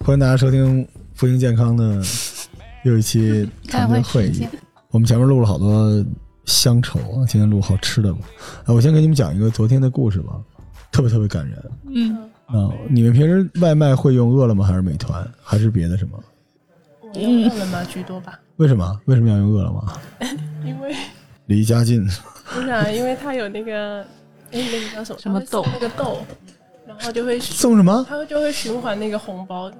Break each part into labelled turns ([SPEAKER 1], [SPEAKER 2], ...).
[SPEAKER 1] 欢迎大家收听复兴健康的又一期谈天会
[SPEAKER 2] 开会时
[SPEAKER 1] 议
[SPEAKER 2] 间。
[SPEAKER 1] 我们前面录了好多乡愁啊，今天录好吃的吧。啊，我先给你们讲一个昨天的故事吧，特别特别感人
[SPEAKER 2] 嗯，
[SPEAKER 1] 啊！你们平时外卖会用饿了么还是美团还是别的什么？
[SPEAKER 3] 我用饿了么居多吧，
[SPEAKER 1] 为什么？为什么要用饿了么？
[SPEAKER 3] 因为
[SPEAKER 1] 离家近，
[SPEAKER 3] 我想，因为它有那个，哎，那个叫什么？
[SPEAKER 2] 什么豆
[SPEAKER 3] 它会送那个豆，然后就会
[SPEAKER 1] 送什么？
[SPEAKER 3] 它就会循环那个红包。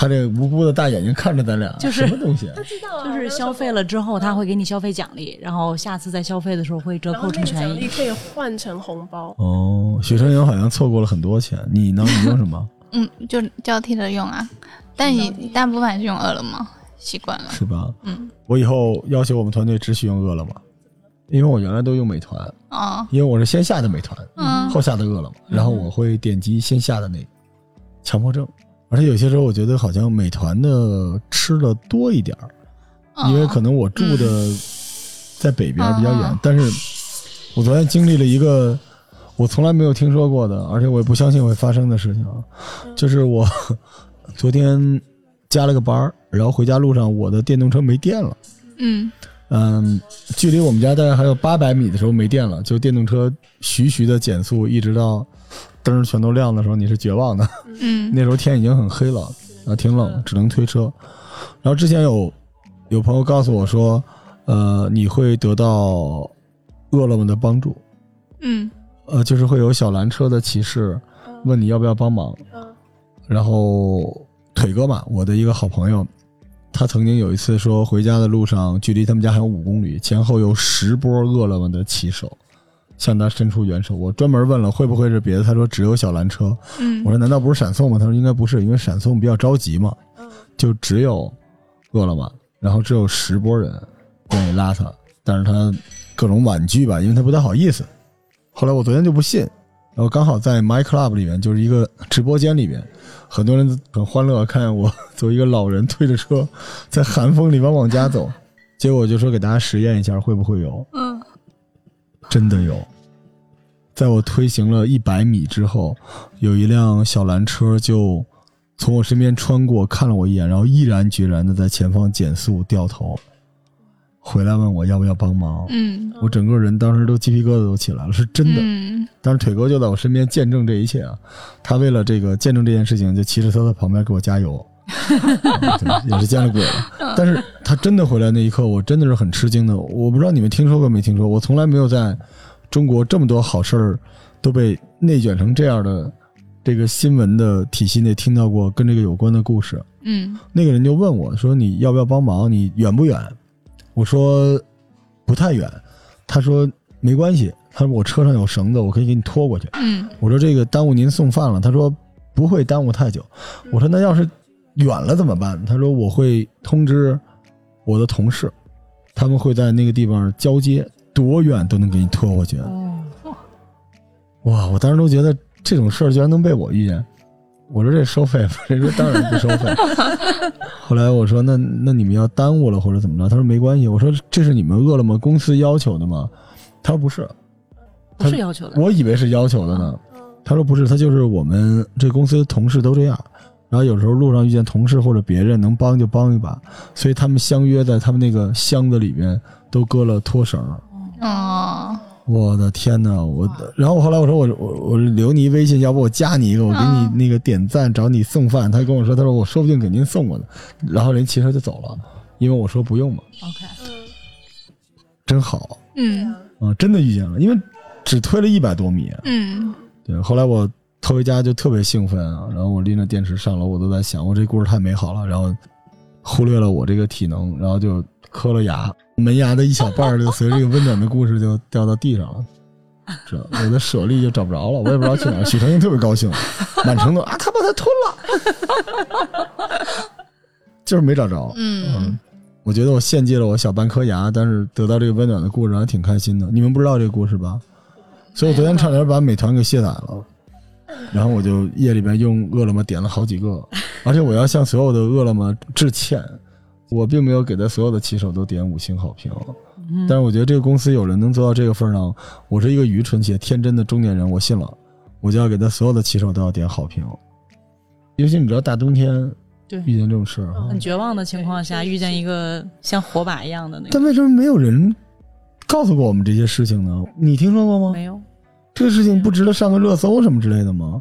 [SPEAKER 1] 他这无辜的大眼睛看着咱俩，
[SPEAKER 2] 就是
[SPEAKER 1] 什么东西？
[SPEAKER 3] 他知道啊
[SPEAKER 2] 就是消费，了之
[SPEAKER 4] 嗯
[SPEAKER 2] 后，他会给你消费奖励，然后下次再消费的时候会折
[SPEAKER 3] 然后
[SPEAKER 2] 扣
[SPEAKER 3] 那
[SPEAKER 2] 成
[SPEAKER 3] 个
[SPEAKER 2] 权
[SPEAKER 3] 奖励
[SPEAKER 2] 益。
[SPEAKER 3] 可以换成红包。
[SPEAKER 1] 哦，许成英好像错过了很多钱，你呢？你用什么？
[SPEAKER 4] 嗯，就交替着用啊。但
[SPEAKER 1] 嗯
[SPEAKER 4] 你大部分还是用饿了么，习惯了。
[SPEAKER 1] 是吧？嗯，我以后要求我们团队只许用饿了么，因为我原来都用美团，
[SPEAKER 4] 哦，
[SPEAKER 1] 因为我是先下的美团，
[SPEAKER 4] 嗯
[SPEAKER 1] 后下的饿了么，然后我会点击先下的那个，强迫症。而且有些时候我觉得好像美团的吃的多一点儿，
[SPEAKER 4] 嗯
[SPEAKER 1] 因为可能我住的在北边比较远，
[SPEAKER 4] 嗯嗯
[SPEAKER 1] 但是我昨天经历了一个我从来没有听说过的，而且我也不相信会发生的事情啊，就是我 昨天加了个班儿，然后回家路上我的电动车没电了，
[SPEAKER 4] 嗯
[SPEAKER 1] 嗯，距离我们家大概还有八百米的时候没电了，就电动车徐徐的减速，一直到灯儿全都亮的时候，你是绝望的。
[SPEAKER 4] 嗯
[SPEAKER 1] 那时候天已经很黑了，啊，挺冷，只能推车。然后之前有呃有朋友告诉我说，呃，你会得到饿了么的帮助，
[SPEAKER 4] 嗯
[SPEAKER 1] 呃，就是会有小蓝车的骑士问你要不要帮忙。
[SPEAKER 3] 嗯，
[SPEAKER 1] 然后腿哥嘛，我的一个好朋友，他曾经有一次说，回家的路上距离他们家还有五公里，前后有十波饿了么的骑手向他伸出援手。我专门问了会不会是别的，他说只有小蓝车。我
[SPEAKER 4] 嗯
[SPEAKER 1] 说难道不是闪送吗？他说应该不是，因为闪送比较着急嘛，
[SPEAKER 3] 嗯
[SPEAKER 1] 就只有饿了么，然后只有十波人愿意拉他，但是他各种婉拒吧，因为他不太好意思。后来我昨天就不信，然后刚好在 My Club 里面，就是一个直播间里面，很多人很欢乐，看见我作为一个老人推着车在寒风里面往家走，结果我就说给大家实验一下会不会有，
[SPEAKER 4] 嗯，
[SPEAKER 1] 真的有。在我推行了一百米之后，有一辆小蓝车就从我身边穿过，看了我一眼，然后毅然决然的在前方减速掉头，回来问我要不要帮忙。
[SPEAKER 4] 嗯
[SPEAKER 1] 我整个人当时都鸡皮疙瘩都起来了，是真的。
[SPEAKER 4] 嗯
[SPEAKER 1] 当时腿哥就在我身边见证这一切啊，他为了这个见证这件事情，就骑着他的旁边给我加 油，啊对也是见了鬼
[SPEAKER 4] 嗯
[SPEAKER 1] 了。但是他真的回来那一刻，我真的是很吃惊的。我不知道你们听说过没听说，我从来没有在中国这么多好事儿都被内卷成这样的这个新闻的体系内听到过跟这个有关的故事。啊
[SPEAKER 4] 嗯
[SPEAKER 1] 那个人就问我说：“你要不要帮忙？你远不远？”我说：“不太远。”他说：“没关系。”他说：“我车上有绳子，我可以给你拖过去。”
[SPEAKER 4] 嗯
[SPEAKER 1] 我说：“这个耽误您送饭了。”他说：“不会耽误太久。”我说：“那要是远了怎么办？”他说：“我会通知我的同事，他们会在那个地方交接，多远都能给你拖过去。”
[SPEAKER 2] 哦，
[SPEAKER 1] 哇！我当时都觉得这种事儿居然能被我遇见。我说这收费吗？人说当然不收费。 后来我说那那你们要耽误了或者怎么着？他说没关系。我说这是你们饿了么公司要求的吗？他说不是，
[SPEAKER 2] 不是要求的。
[SPEAKER 1] 我以为是要求的呢。他说不是，他就是我们这公司同事都这样。然后有时候路上遇见同事或者别人能帮就帮一把，所以他们相约在他们那个箱子里面都搁了拖绳儿。
[SPEAKER 4] 哦，
[SPEAKER 1] 我的天呐，我然后后来我说我我我留你一微信，要不我加你一个，我给你
[SPEAKER 4] 嗯
[SPEAKER 1] 那个点赞，找你送饭。他跟我说，他说我说不定给您送过呢，然后人骑车就走了，因为我说不用嘛，
[SPEAKER 2] OK，
[SPEAKER 1] 真好
[SPEAKER 4] 嗯
[SPEAKER 1] 啊、真的遇见了，因为只推了一百多米。
[SPEAKER 4] 嗯
[SPEAKER 1] 对，后来我偷回家就特别兴奋啊，然后我拎着电池上楼，我都在想，我这故事太美好了，然后忽略了我这个体能，然后就磕了牙，门牙的一小半儿就随着这个温暖的故事就掉到地上了。这我的舍利就找不着了，我也不知道去哪儿。许成英特别高兴，满城都啊，他把它吞了，就是没找着。
[SPEAKER 4] 嗯，
[SPEAKER 1] 我觉得我献祭了我小半颗牙，但是得到这个温暖的故事还挺开心的。你们不知道这个故事吧？所以我昨天差点把美团给卸载了，然后我就夜里边用饿了么点了好几个，而且我要向所有的饿了么致歉，我并没有给他所有的骑手都点五星好评。但是我觉得这个公司有人能做到这个份儿上，我是一个愚蠢且天真的中年人，我信了，我就要给他所有的骑手都要点好评。尤其你知道大冬天
[SPEAKER 2] 对嗯
[SPEAKER 1] 遇见这种事儿哈
[SPEAKER 2] 很，绝望的情况下，
[SPEAKER 4] 嗯
[SPEAKER 2] 遇见一个像火把一样的那个，
[SPEAKER 1] 但为什么没有人告诉过我们这些事情呢？你听说过吗？
[SPEAKER 2] 没有，
[SPEAKER 1] 这个事情不值得上个热搜什么之类的吗？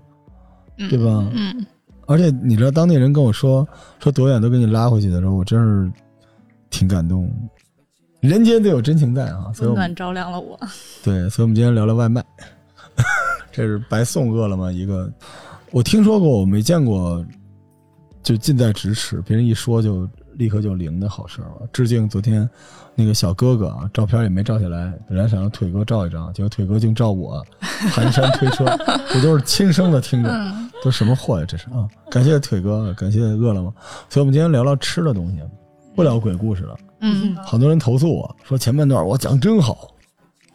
[SPEAKER 4] 嗯
[SPEAKER 1] 对吧？
[SPEAKER 4] 嗯，
[SPEAKER 1] 而且你知道当地人跟我说说多远都给你拉回去的时候，我真是挺感动。人间自有真情在啊，所以
[SPEAKER 2] 温
[SPEAKER 1] 我们
[SPEAKER 2] 暖照亮了我。
[SPEAKER 1] 对，所以我们今天聊聊外卖。 这是白送饿了么一个，我听说过，我没见过，就近在咫尺，别人一说就立刻就灵的好事儿了。致敬昨天那个小哥哥啊，照片也没照下来，本来想让腿哥照一张，结果腿哥竟照我，蹒跚推车， 这都是亲生的听众，都什么货呀、这是啊！感谢腿哥，感谢饿了么。所以我们今天聊聊吃的东西，不聊鬼故事了。
[SPEAKER 4] 嗯，
[SPEAKER 1] 好多人投诉我说前半段我讲真好，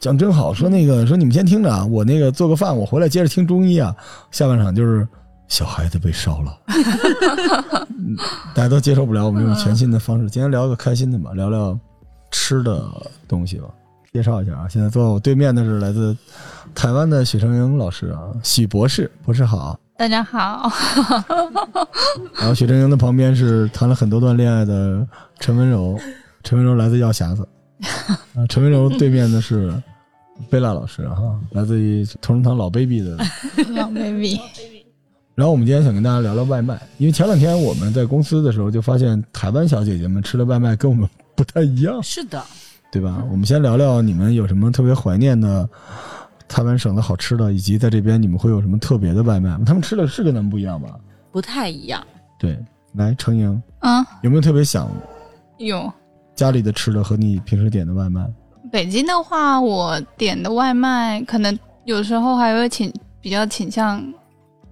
[SPEAKER 1] 讲真好，说那个说你们先听着啊，我那个做个饭，我回来接着听中医啊。下半场就是小孩子被烧了， 嗯大家都接受不了我们这种全新的方式。今天聊个开心的吧，聊聊吃的东西吧。介绍一下啊，现在坐在我对面的是来自台湾的许成英老师啊，许博士，博士好。
[SPEAKER 4] 大家好，
[SPEAKER 1] 然后许成英的旁边是谈了很多段恋爱的陈温柔，陈温柔来自药匣子，啊，陈温柔对面的是贝拉老师哈、来自于同仁堂老 baby 的。
[SPEAKER 4] 老 baby，
[SPEAKER 1] 然后我们今天想跟大家聊聊外卖，因为前两天我们在公司的时候就发现台湾小姐姐们吃的外卖跟我们不太一样，
[SPEAKER 2] 是的，
[SPEAKER 1] 对吧？我们先聊聊你们有什么特别怀念的台湾省的好吃的，以及在这边你们会有什么特别的外卖吗？他们吃的是跟咱们不一样吧？
[SPEAKER 2] 不太一样。
[SPEAKER 1] 对，来程莹
[SPEAKER 4] 嗯，
[SPEAKER 1] 有没有特别想
[SPEAKER 4] 有
[SPEAKER 1] 家里的吃的和你平时点的外卖，
[SPEAKER 4] 北京的话，我点的外卖可能有时候还会倾比较倾向，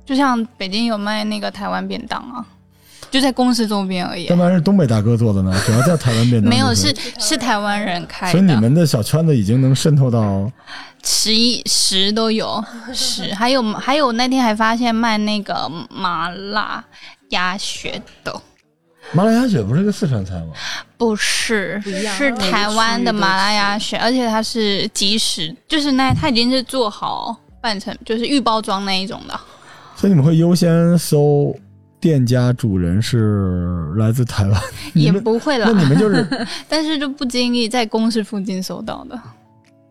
[SPEAKER 4] 就像北京有卖那个台湾便当啊，就在公司周边而已
[SPEAKER 1] 要，不然是东北大哥做的 呢？主要在台湾便当
[SPEAKER 4] 没有，
[SPEAKER 1] 就是
[SPEAKER 4] 是台湾人开
[SPEAKER 1] 所以你
[SPEAKER 4] 的，
[SPEAKER 1] 们的小圈子已经能渗透到
[SPEAKER 4] 十一十都有 十，还有还有那天还发现卖那个麻辣鸭血的，
[SPEAKER 1] 麻辣鸭血，不是个四川菜吗？
[SPEAKER 4] 不是，
[SPEAKER 2] 不一样啊
[SPEAKER 4] 是台湾的麻辣鸭血，而且它是即食，就是那它已经是做好半成，就是预包装那一种的。
[SPEAKER 1] 所以你们会优先搜店家主人是来自台湾，你
[SPEAKER 4] 也
[SPEAKER 1] 们
[SPEAKER 4] 不会啦
[SPEAKER 1] 那，你们就是
[SPEAKER 4] 但是就不经意在公司附近搜到的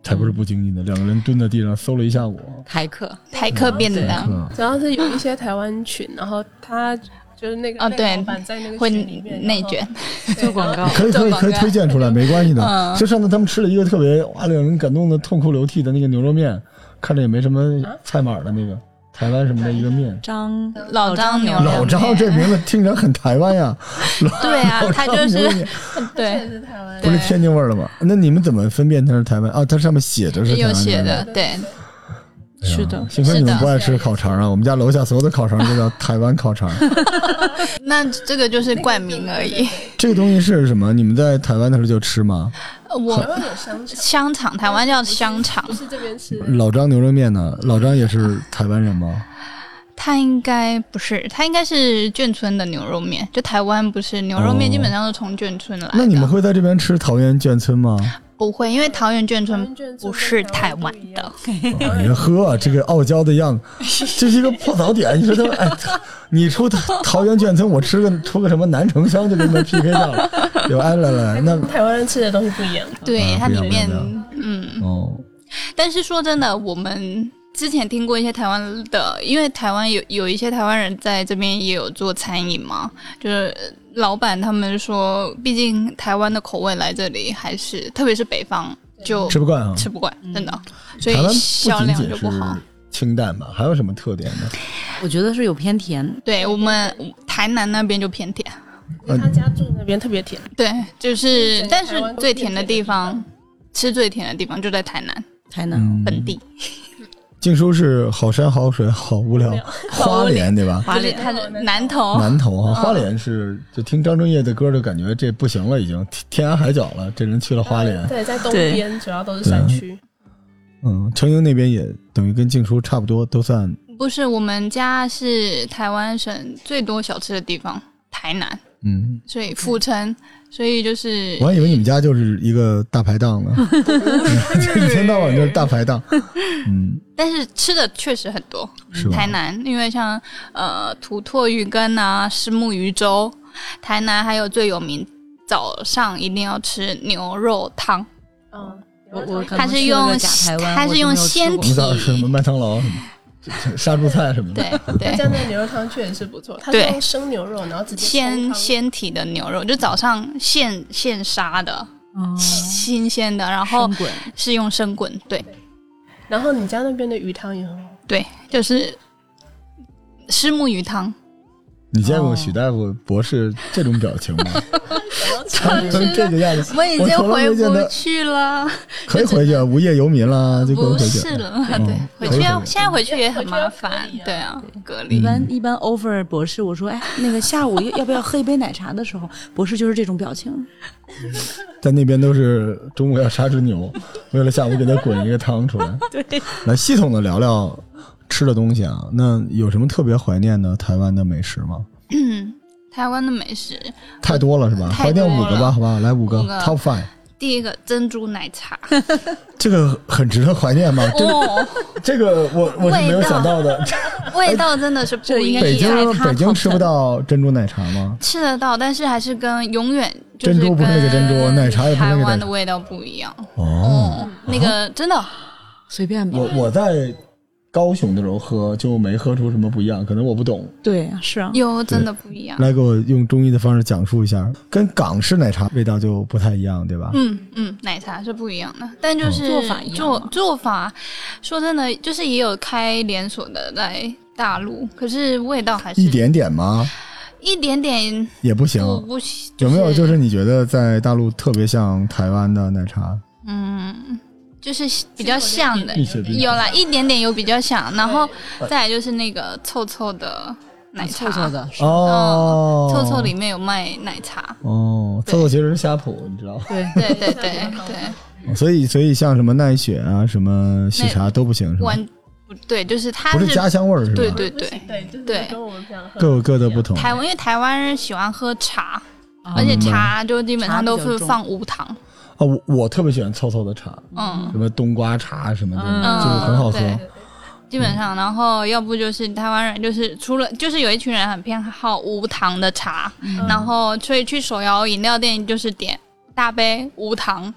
[SPEAKER 1] 才不是不经意呢，两个人蹲在地上搜了一下午。
[SPEAKER 2] 台客
[SPEAKER 4] 台客便当，
[SPEAKER 1] 嗯，
[SPEAKER 3] 主要是有一些台湾群，然后他就是那个
[SPEAKER 4] 啊
[SPEAKER 3] 那个
[SPEAKER 4] 对
[SPEAKER 3] 老板在那个
[SPEAKER 4] 会
[SPEAKER 3] 群里面
[SPEAKER 4] 内，卷。
[SPEAKER 3] 然 后
[SPEAKER 2] 做广
[SPEAKER 4] 哦
[SPEAKER 2] 告，
[SPEAKER 1] 可以可以
[SPEAKER 4] 这么
[SPEAKER 1] 可以
[SPEAKER 4] 干
[SPEAKER 1] 推荐出 来，没关系的。
[SPEAKER 4] 嗯
[SPEAKER 1] 就上次他们吃了一个特别哇令人感动的痛哭流涕的那个牛肉面，看着也没什么菜码的那个台湾什么的一个面，
[SPEAKER 2] 张
[SPEAKER 4] 老张牛
[SPEAKER 1] 老张这名字听着很台湾呀，
[SPEAKER 4] 对啊，他 就
[SPEAKER 1] 老张
[SPEAKER 4] 是
[SPEAKER 1] 牛肉面
[SPEAKER 3] 对，
[SPEAKER 4] 对，
[SPEAKER 3] 是台湾
[SPEAKER 1] 不是
[SPEAKER 4] 对
[SPEAKER 1] 天津味儿了吗？那你们怎么分辨它是台湾啊？它上面写着是台湾
[SPEAKER 4] 有写的，对，
[SPEAKER 1] 哎呀
[SPEAKER 2] 是的
[SPEAKER 1] 幸亏你们
[SPEAKER 4] 是的
[SPEAKER 1] 不爱吃烤肠啊！我们家楼下所有的烤肠都叫台湾烤 肠。
[SPEAKER 4] 那这个就是冠名而已。
[SPEAKER 1] 这个东西是什么？你们在台湾的时候就吃吗？
[SPEAKER 3] 台
[SPEAKER 4] 我
[SPEAKER 3] 湾有商场，
[SPEAKER 4] 香肠，台湾叫香肠
[SPEAKER 3] 不，是这边吃的。
[SPEAKER 1] 老张牛肉面呢？老张也是台湾人吗？
[SPEAKER 4] 它应该不是，它应该是眷村的牛肉面。就台湾不是牛肉面，
[SPEAKER 1] 哦
[SPEAKER 4] 基本上是从眷村来的。
[SPEAKER 1] 那你们会在这边吃桃园眷村吗？
[SPEAKER 4] 不会？因为桃园眷村
[SPEAKER 3] 村
[SPEAKER 4] 不是台湾的，
[SPEAKER 1] 哎呀呵，这个傲娇的样子，这是一个破槽点。你说他们，哎， 你出桃桃园眷村，我吃个出个什么南城乡就给你们 PK 掉了。有哎来来来，那
[SPEAKER 3] 台湾人吃的东西不一样，
[SPEAKER 4] 对
[SPEAKER 1] 啊
[SPEAKER 4] 它
[SPEAKER 1] 不一样
[SPEAKER 4] 里面
[SPEAKER 1] 不一样
[SPEAKER 4] 嗯。
[SPEAKER 1] 哦，
[SPEAKER 4] 但是说真的，我们之前听过一些台湾的，呃因为台湾有有一些台湾人在这边也有做餐饮嘛，就是老板他们说，毕竟台湾的口味来这里还是，特别是北方就
[SPEAKER 1] 吃不惯啊。
[SPEAKER 4] 吃不惯，真的，所
[SPEAKER 1] 嗯台湾
[SPEAKER 4] 以销
[SPEAKER 1] 不仅
[SPEAKER 4] 量就
[SPEAKER 1] 仅
[SPEAKER 4] 不好
[SPEAKER 1] 是。清淡吧，还有什么特点呢？
[SPEAKER 2] 我觉得是有偏甜，
[SPEAKER 4] 对我们台南那边就偏甜，
[SPEAKER 3] 因为他家住那边特别甜，
[SPEAKER 4] 对，就是
[SPEAKER 3] 整个
[SPEAKER 4] 但
[SPEAKER 3] 台
[SPEAKER 4] 是
[SPEAKER 3] 湾都
[SPEAKER 4] 最
[SPEAKER 3] 偏
[SPEAKER 4] 甜的
[SPEAKER 3] 甜
[SPEAKER 4] 地
[SPEAKER 3] 的地
[SPEAKER 4] 方，吃最甜的地方就在台南
[SPEAKER 2] 台南、
[SPEAKER 1] 嗯，
[SPEAKER 4] 本地，
[SPEAKER 1] 静书是好山好水好无聊，花莲对吧？
[SPEAKER 4] 华
[SPEAKER 3] 就是
[SPEAKER 4] 联它是
[SPEAKER 3] 台湾
[SPEAKER 4] 南投，
[SPEAKER 1] 南投啊，花莲是就听张震岳的歌就感觉这不行了，已 经天天涯海角了。这人去了花莲，
[SPEAKER 3] 对，在东
[SPEAKER 2] 对
[SPEAKER 3] 边主要都是山区，
[SPEAKER 1] 嗯，程英那边也等于跟静书差不多，都算
[SPEAKER 4] 不是，我们家是台湾省最多小吃的地方，台南。
[SPEAKER 1] 嗯，
[SPEAKER 4] 所以府城，所以就是
[SPEAKER 1] 我还以为你们家就是一个大排档 呢，一天到晚就是大排档。嗯，
[SPEAKER 4] 但是吃的确实很多，
[SPEAKER 1] 是吧
[SPEAKER 4] 台南，因为像呃土拓鱼羹啊、虱目鱼粥，台南还有最有名，早上一定要吃牛肉汤，
[SPEAKER 3] 嗯，
[SPEAKER 2] 我我可能
[SPEAKER 4] 它是
[SPEAKER 2] 去
[SPEAKER 4] 用
[SPEAKER 2] 了个假台湾
[SPEAKER 4] 它是
[SPEAKER 2] 我就
[SPEAKER 4] 用
[SPEAKER 2] 没有吃
[SPEAKER 4] 鲜
[SPEAKER 2] 过
[SPEAKER 1] 你早什么麦当劳什么杀猪菜什么的，
[SPEAKER 4] 对对，
[SPEAKER 3] 江南牛肉汤确实是不错，它是
[SPEAKER 4] 对
[SPEAKER 3] 用生牛肉，然后直接冲
[SPEAKER 4] 鲜
[SPEAKER 3] 汤
[SPEAKER 4] 鲜体的牛肉，就早上现现杀的，
[SPEAKER 2] 哦
[SPEAKER 4] 新鲜的，然后
[SPEAKER 2] 生滚
[SPEAKER 4] 是用生滚，对
[SPEAKER 3] 然后你家那边的鱼汤也很好，
[SPEAKER 4] 对，就是虱目鱼汤，
[SPEAKER 1] 你见
[SPEAKER 4] 哦
[SPEAKER 1] 过许大夫博士这种表 情吗？
[SPEAKER 4] 是
[SPEAKER 1] 成这个样子，
[SPEAKER 4] 我已
[SPEAKER 1] 我
[SPEAKER 4] 经
[SPEAKER 1] 从来
[SPEAKER 4] 回
[SPEAKER 1] 没见
[SPEAKER 4] 不
[SPEAKER 1] 他
[SPEAKER 4] 去了，
[SPEAKER 1] 可以回去啊，无业游民啦，就给我
[SPEAKER 4] 不
[SPEAKER 1] 回去。
[SPEAKER 4] 是了，
[SPEAKER 1] 嗯
[SPEAKER 4] 对，
[SPEAKER 1] 可
[SPEAKER 4] 回
[SPEAKER 1] 以
[SPEAKER 4] 去要
[SPEAKER 1] 回去嗯
[SPEAKER 4] 现在回去也很麻
[SPEAKER 3] 回
[SPEAKER 4] 烦
[SPEAKER 3] 去要隔离啊，
[SPEAKER 4] 对啊，隔
[SPEAKER 2] 一
[SPEAKER 4] 离。
[SPEAKER 2] 般一般 offer 博士，我说哎，那个下午要要不要喝一杯奶茶的时候，博士就是这种表情。
[SPEAKER 1] 在那边都是中午要杀只牛，为了下午给它滚一个汤出 来。对，来系统的聊聊吃的东西啊。那有什么特别怀念的台湾的美食吗？
[SPEAKER 4] 台湾的美食，
[SPEAKER 1] 太多了是吧？怀
[SPEAKER 4] 太多
[SPEAKER 1] 念
[SPEAKER 4] 了
[SPEAKER 1] 五个吧，好吧，来五个
[SPEAKER 4] 五个
[SPEAKER 1] top five，
[SPEAKER 4] 第一个珍珠 奶茶，
[SPEAKER 1] 这个很值得怀念吗？这个
[SPEAKER 4] 哦，
[SPEAKER 1] 这个我我是没有想到 的。
[SPEAKER 4] 味道真的是不一样。
[SPEAKER 1] 北京
[SPEAKER 2] 这应该是
[SPEAKER 1] 北京吃不到珍珠奶茶吗？
[SPEAKER 4] 吃得到，但是还是跟永远就是
[SPEAKER 1] 珍珠不是那个珍珠
[SPEAKER 4] 跟
[SPEAKER 1] 奶茶也不是那个奶茶
[SPEAKER 4] 台湾的味道不一样。
[SPEAKER 1] 哦，
[SPEAKER 4] 嗯，那个真的
[SPEAKER 2] 随便吧
[SPEAKER 1] 我，我在高雄的时候喝就没喝出什么不一样，可能我不懂。
[SPEAKER 2] 对啊，是啊，
[SPEAKER 4] 有真的不一样。
[SPEAKER 1] 来，给我用中医的方式讲述一下，跟港式奶茶味道就不太一样，对吧？
[SPEAKER 4] 嗯嗯，奶茶是不一样的，但就是
[SPEAKER 2] 哦做法一样
[SPEAKER 4] 做
[SPEAKER 2] 吗
[SPEAKER 4] 做法，说真的，就是也有开连锁的在大陆，可是味道还是
[SPEAKER 1] 一点点吗？
[SPEAKER 4] 一点点
[SPEAKER 1] 也不行。
[SPEAKER 4] 不不喜
[SPEAKER 1] 有没有就是是你觉得在大陆特别像台湾的奶茶？
[SPEAKER 4] 嗯，就是比较像的
[SPEAKER 1] 一些，
[SPEAKER 4] 有啦，一点点有比较像，然后再来就是那个臭臭的奶茶，
[SPEAKER 2] 凑啊凑的，
[SPEAKER 1] 啊
[SPEAKER 4] 嗯
[SPEAKER 1] 哦，
[SPEAKER 4] 臭臭里面有卖奶茶，
[SPEAKER 1] 哦，
[SPEAKER 4] 对
[SPEAKER 1] 臭臭其实是呷哺，你知道？
[SPEAKER 2] 对，
[SPEAKER 4] 对对 对
[SPEAKER 1] 嗯
[SPEAKER 4] 对，
[SPEAKER 1] 所以所以像什么奈雪啊、什么喜茶都不行，是吧？
[SPEAKER 4] 完不对，就是它
[SPEAKER 1] 不是家乡味儿，是吧？
[SPEAKER 4] 对对
[SPEAKER 3] 不是
[SPEAKER 4] 对
[SPEAKER 3] 对，就是
[SPEAKER 4] 对
[SPEAKER 3] 跟我们这样喝
[SPEAKER 1] 各有各的不同。啊
[SPEAKER 4] 台湾，因为台湾人喜欢喝茶，
[SPEAKER 2] 啊
[SPEAKER 4] 而且
[SPEAKER 1] 明白
[SPEAKER 4] 茶就基本上都
[SPEAKER 2] 茶比
[SPEAKER 4] 是
[SPEAKER 2] 较重
[SPEAKER 4] 放无糖，
[SPEAKER 1] 哦，我我特别喜欢臭臭的茶，
[SPEAKER 4] 嗯
[SPEAKER 1] 什么冬瓜茶什么的，
[SPEAKER 2] 嗯
[SPEAKER 1] 就是很好喝。
[SPEAKER 4] 对基本上，然后要不就是台湾人，就是除了就是有一群人很偏好无糖的茶，
[SPEAKER 2] 嗯
[SPEAKER 4] 然后所以去手摇饮料店就是点大杯无糖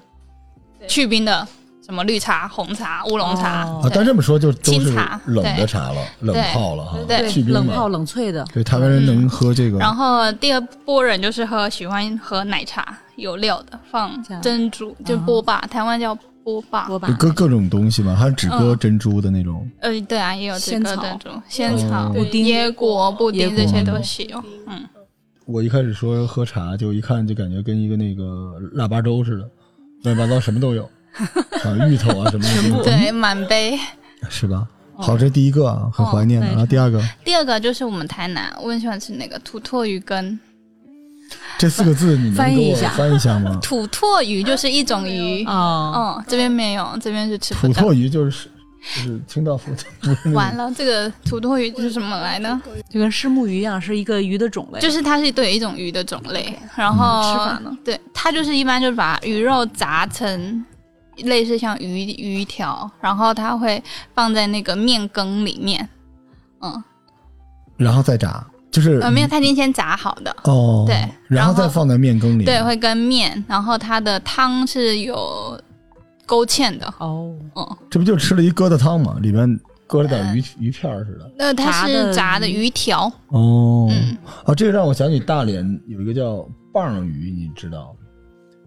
[SPEAKER 3] 对
[SPEAKER 4] 去冰的，什么绿茶、红茶、乌龙茶
[SPEAKER 2] 哦，
[SPEAKER 1] 啊，但这么说就都是
[SPEAKER 4] 清茶
[SPEAKER 1] 冷的茶了，冷
[SPEAKER 4] 对
[SPEAKER 1] 泡了哈，
[SPEAKER 4] 对
[SPEAKER 1] 去冰
[SPEAKER 2] 冷
[SPEAKER 1] 的
[SPEAKER 2] 泡。冷萃的，
[SPEAKER 1] 对，台湾人能喝这个，
[SPEAKER 4] 然后第二波人就是喝喜欢喝奶茶，有料的，放
[SPEAKER 2] 这样嗯
[SPEAKER 4] 珍珠，就波霸，台湾叫波霸。
[SPEAKER 2] 锅巴
[SPEAKER 1] 有各各种东西嘛，还有只搁珍珠的那种。
[SPEAKER 4] 呃，对啊，也有这个
[SPEAKER 2] 仙草
[SPEAKER 4] 珍珠、仙草、
[SPEAKER 1] 布
[SPEAKER 2] 丁
[SPEAKER 4] 椰果、布
[SPEAKER 2] 椰
[SPEAKER 4] 丁
[SPEAKER 2] 果
[SPEAKER 4] 这些都是有。嗯，
[SPEAKER 1] 我一开始说喝茶，就一看就感觉跟一个那个腊八粥似的，乱七八糟什么都有，啊，芋头啊什么的，
[SPEAKER 4] 对，满杯。
[SPEAKER 1] 是吧？好，这第一个啊，很怀念的。
[SPEAKER 2] 哦
[SPEAKER 1] 然后第二个，
[SPEAKER 4] 第二个就是我们台南，我很喜欢吃那个土拓鱼羹。
[SPEAKER 1] 这四个字你能
[SPEAKER 2] 翻译
[SPEAKER 1] 给
[SPEAKER 2] 一
[SPEAKER 1] 我
[SPEAKER 2] 下
[SPEAKER 1] 翻译一下吗？
[SPEAKER 4] 土拓鱼就是一种鱼，
[SPEAKER 2] 啊，
[SPEAKER 4] 哦，这边没有，这边是吃
[SPEAKER 1] 土
[SPEAKER 4] 不到
[SPEAKER 1] 特。鱼就是就是清道夫，不是
[SPEAKER 4] 完了，这个土拓鱼是什么来呢？
[SPEAKER 2] 就跟虱目鱼一样，是一个鱼的种类，
[SPEAKER 4] 就是它是对一种鱼的种类，然后
[SPEAKER 2] 嗯吃法呢
[SPEAKER 4] 对它就是一般就是把鱼肉炸成类似像鱼鱼条，然后它会放在那个面羹里面，嗯，
[SPEAKER 1] 然后再炸，就是
[SPEAKER 4] 呃没有，它已经先炸好的，
[SPEAKER 1] 哦，
[SPEAKER 4] 对
[SPEAKER 1] 然
[SPEAKER 4] 然
[SPEAKER 1] 后
[SPEAKER 4] 后
[SPEAKER 1] 再放在面羹里，
[SPEAKER 4] 对，会跟面，然后它的汤是有勾芡的，
[SPEAKER 2] 哦，
[SPEAKER 4] 嗯，
[SPEAKER 1] 这不就吃了一疙瘩汤吗？里面搁了点鱼鱼片儿似的。
[SPEAKER 4] 那它
[SPEAKER 2] 炸的
[SPEAKER 4] 是炸的
[SPEAKER 2] 鱼
[SPEAKER 4] 鱼条，
[SPEAKER 1] 哦，
[SPEAKER 4] 嗯
[SPEAKER 1] 啊，这个让我想起大连有一个叫棒鱼，你知道？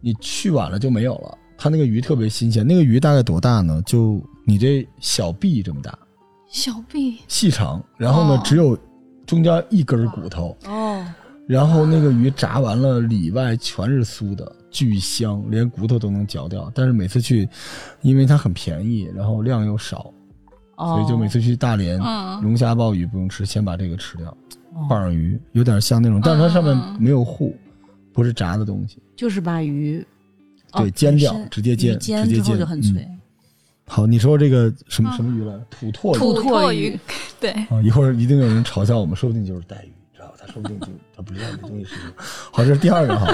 [SPEAKER 1] 你去晚了就没有了。它那个鱼特别新鲜，那个鱼大概多大呢？就你这小臂这么大，
[SPEAKER 4] 小臂
[SPEAKER 1] 细长，然后呢、
[SPEAKER 4] 哦
[SPEAKER 1] 只有中间一根骨头，
[SPEAKER 2] 哦，
[SPEAKER 1] 然后那个鱼炸完了里外全是酥的，巨香，连骨头都能嚼掉。但是每次去，因为它很便宜，然后量又少，所
[SPEAKER 2] 哦，
[SPEAKER 1] 以就每次去大连，
[SPEAKER 4] 嗯
[SPEAKER 1] 龙虾鲍鱼不用吃，先把这个吃掉。
[SPEAKER 2] 哦
[SPEAKER 1] 棒鱼有点像那种，但是它上面没有糊，不是炸的东西。
[SPEAKER 2] 就是把鱼哦
[SPEAKER 1] 对煎掉
[SPEAKER 2] 本身
[SPEAKER 1] 直接煎
[SPEAKER 2] 鱼煎
[SPEAKER 1] 直接
[SPEAKER 2] 之后
[SPEAKER 1] 煎嗯
[SPEAKER 2] 就很脆，
[SPEAKER 1] 好，你说这个什么什么鱼来着？土拓鱼
[SPEAKER 2] 土拓
[SPEAKER 4] 拓
[SPEAKER 2] 鱼，
[SPEAKER 4] 对，
[SPEAKER 1] 啊！一会儿一定有人嘲笑我们，说不定就是带鱼，知道吧？他说不定就他不知道这东西是什么。好，这是第二个哈，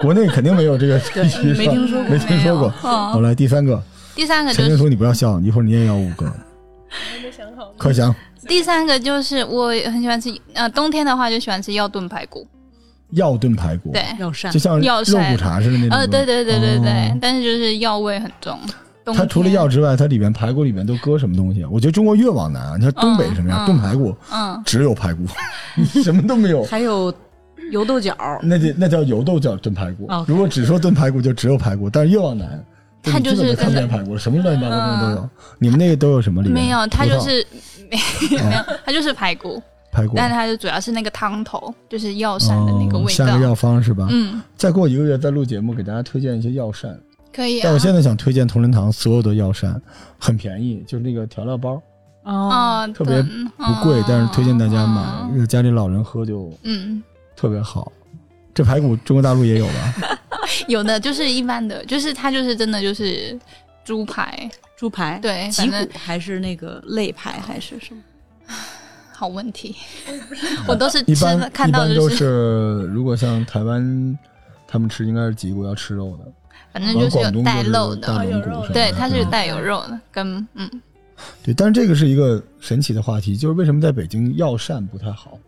[SPEAKER 1] 国内肯定没有这个地区，
[SPEAKER 2] 没听说
[SPEAKER 1] 没听说过。
[SPEAKER 4] 嗯
[SPEAKER 1] 好，来第三个，
[SPEAKER 4] 第三个就
[SPEAKER 1] 陈
[SPEAKER 4] 是嗯
[SPEAKER 1] 静。书，你不要笑，一会儿你也要五个，
[SPEAKER 3] 还没想好呢。
[SPEAKER 1] 快想。
[SPEAKER 4] 第三个就是我很喜欢吃，呃，冬天的话就喜欢吃药炖排骨，
[SPEAKER 1] 药炖排骨，
[SPEAKER 4] 对，
[SPEAKER 2] 药膳
[SPEAKER 1] 就像
[SPEAKER 4] 药
[SPEAKER 1] 肉
[SPEAKER 4] 膳
[SPEAKER 1] 骨茶似的那种。
[SPEAKER 4] 呃，对对对对对，
[SPEAKER 1] 嗯哦
[SPEAKER 4] 但是就是药味很重。冬
[SPEAKER 1] 它除了
[SPEAKER 4] 天
[SPEAKER 1] 药，之外，它里面排骨里面都搁什么东西啊？我觉得中国越往南啊，你看东北什么样，
[SPEAKER 4] 嗯
[SPEAKER 1] 炖排骨
[SPEAKER 4] 嗯，
[SPEAKER 1] 只有排骨， 什么都没有。
[SPEAKER 2] 还有油豆角儿，
[SPEAKER 1] 那就那叫油豆角炖排骨。
[SPEAKER 2] OK
[SPEAKER 1] 如果只说炖排骨，就只有排骨。但是越往南，
[SPEAKER 4] 它
[SPEAKER 1] 你基本
[SPEAKER 4] 就是
[SPEAKER 1] 看不见
[SPEAKER 4] 真的
[SPEAKER 1] 排骨，什么乱七八糟东西都有。你们那个都有什么里面？
[SPEAKER 4] 没有，它
[SPEAKER 1] 葡
[SPEAKER 4] 就
[SPEAKER 1] 萄哦
[SPEAKER 4] 是没有没有，它就是 排骨，
[SPEAKER 1] 排骨，
[SPEAKER 4] 但是它就主要是那个汤头，就是药膳的那个
[SPEAKER 1] 哦
[SPEAKER 4] 味
[SPEAKER 1] 下
[SPEAKER 4] 道。
[SPEAKER 1] 个药方是吧？
[SPEAKER 4] 嗯，
[SPEAKER 1] 再过一个月再录节目，给大家推荐一些药膳。
[SPEAKER 4] 可以、啊。
[SPEAKER 1] 但我现在想推荐同仁堂所有的药膳，很便宜，就是那个调料包
[SPEAKER 2] 哦，
[SPEAKER 4] 嗯，
[SPEAKER 1] 特别
[SPEAKER 4] 对
[SPEAKER 1] 不贵，但是推荐大家买，
[SPEAKER 4] 嗯
[SPEAKER 1] 因为家里老人喝就
[SPEAKER 4] 嗯，
[SPEAKER 1] 特别好。这排骨中国大陆也有吧？
[SPEAKER 4] 有的就是一般的，就是它就是真的就是猪排，
[SPEAKER 2] 猪排，
[SPEAKER 4] 对
[SPEAKER 2] 脊
[SPEAKER 4] 反
[SPEAKER 2] 骨还是那个肋排还是什么？
[SPEAKER 4] 好 问题，我都是
[SPEAKER 1] 一
[SPEAKER 4] 吃了
[SPEAKER 1] 般
[SPEAKER 4] 看
[SPEAKER 1] 一
[SPEAKER 4] 到
[SPEAKER 1] 般
[SPEAKER 4] 就
[SPEAKER 1] 都是，如果像台湾他们吃，应该是脊骨要吃肉的。
[SPEAKER 4] 反正就是
[SPEAKER 1] 往广
[SPEAKER 4] 有
[SPEAKER 1] 东
[SPEAKER 4] 带
[SPEAKER 1] 就是
[SPEAKER 4] 肉
[SPEAKER 1] 大嗯
[SPEAKER 4] 的，
[SPEAKER 3] 哦
[SPEAKER 1] 龙
[SPEAKER 3] 有
[SPEAKER 1] 骨
[SPEAKER 3] 肉
[SPEAKER 1] 什么
[SPEAKER 3] 的
[SPEAKER 4] 对，
[SPEAKER 1] 的
[SPEAKER 4] 它是
[SPEAKER 1] 对
[SPEAKER 4] 有带有肉的，跟嗯
[SPEAKER 1] 对，但是这个是一个神奇的话题，就是为什么在北京药膳不太好？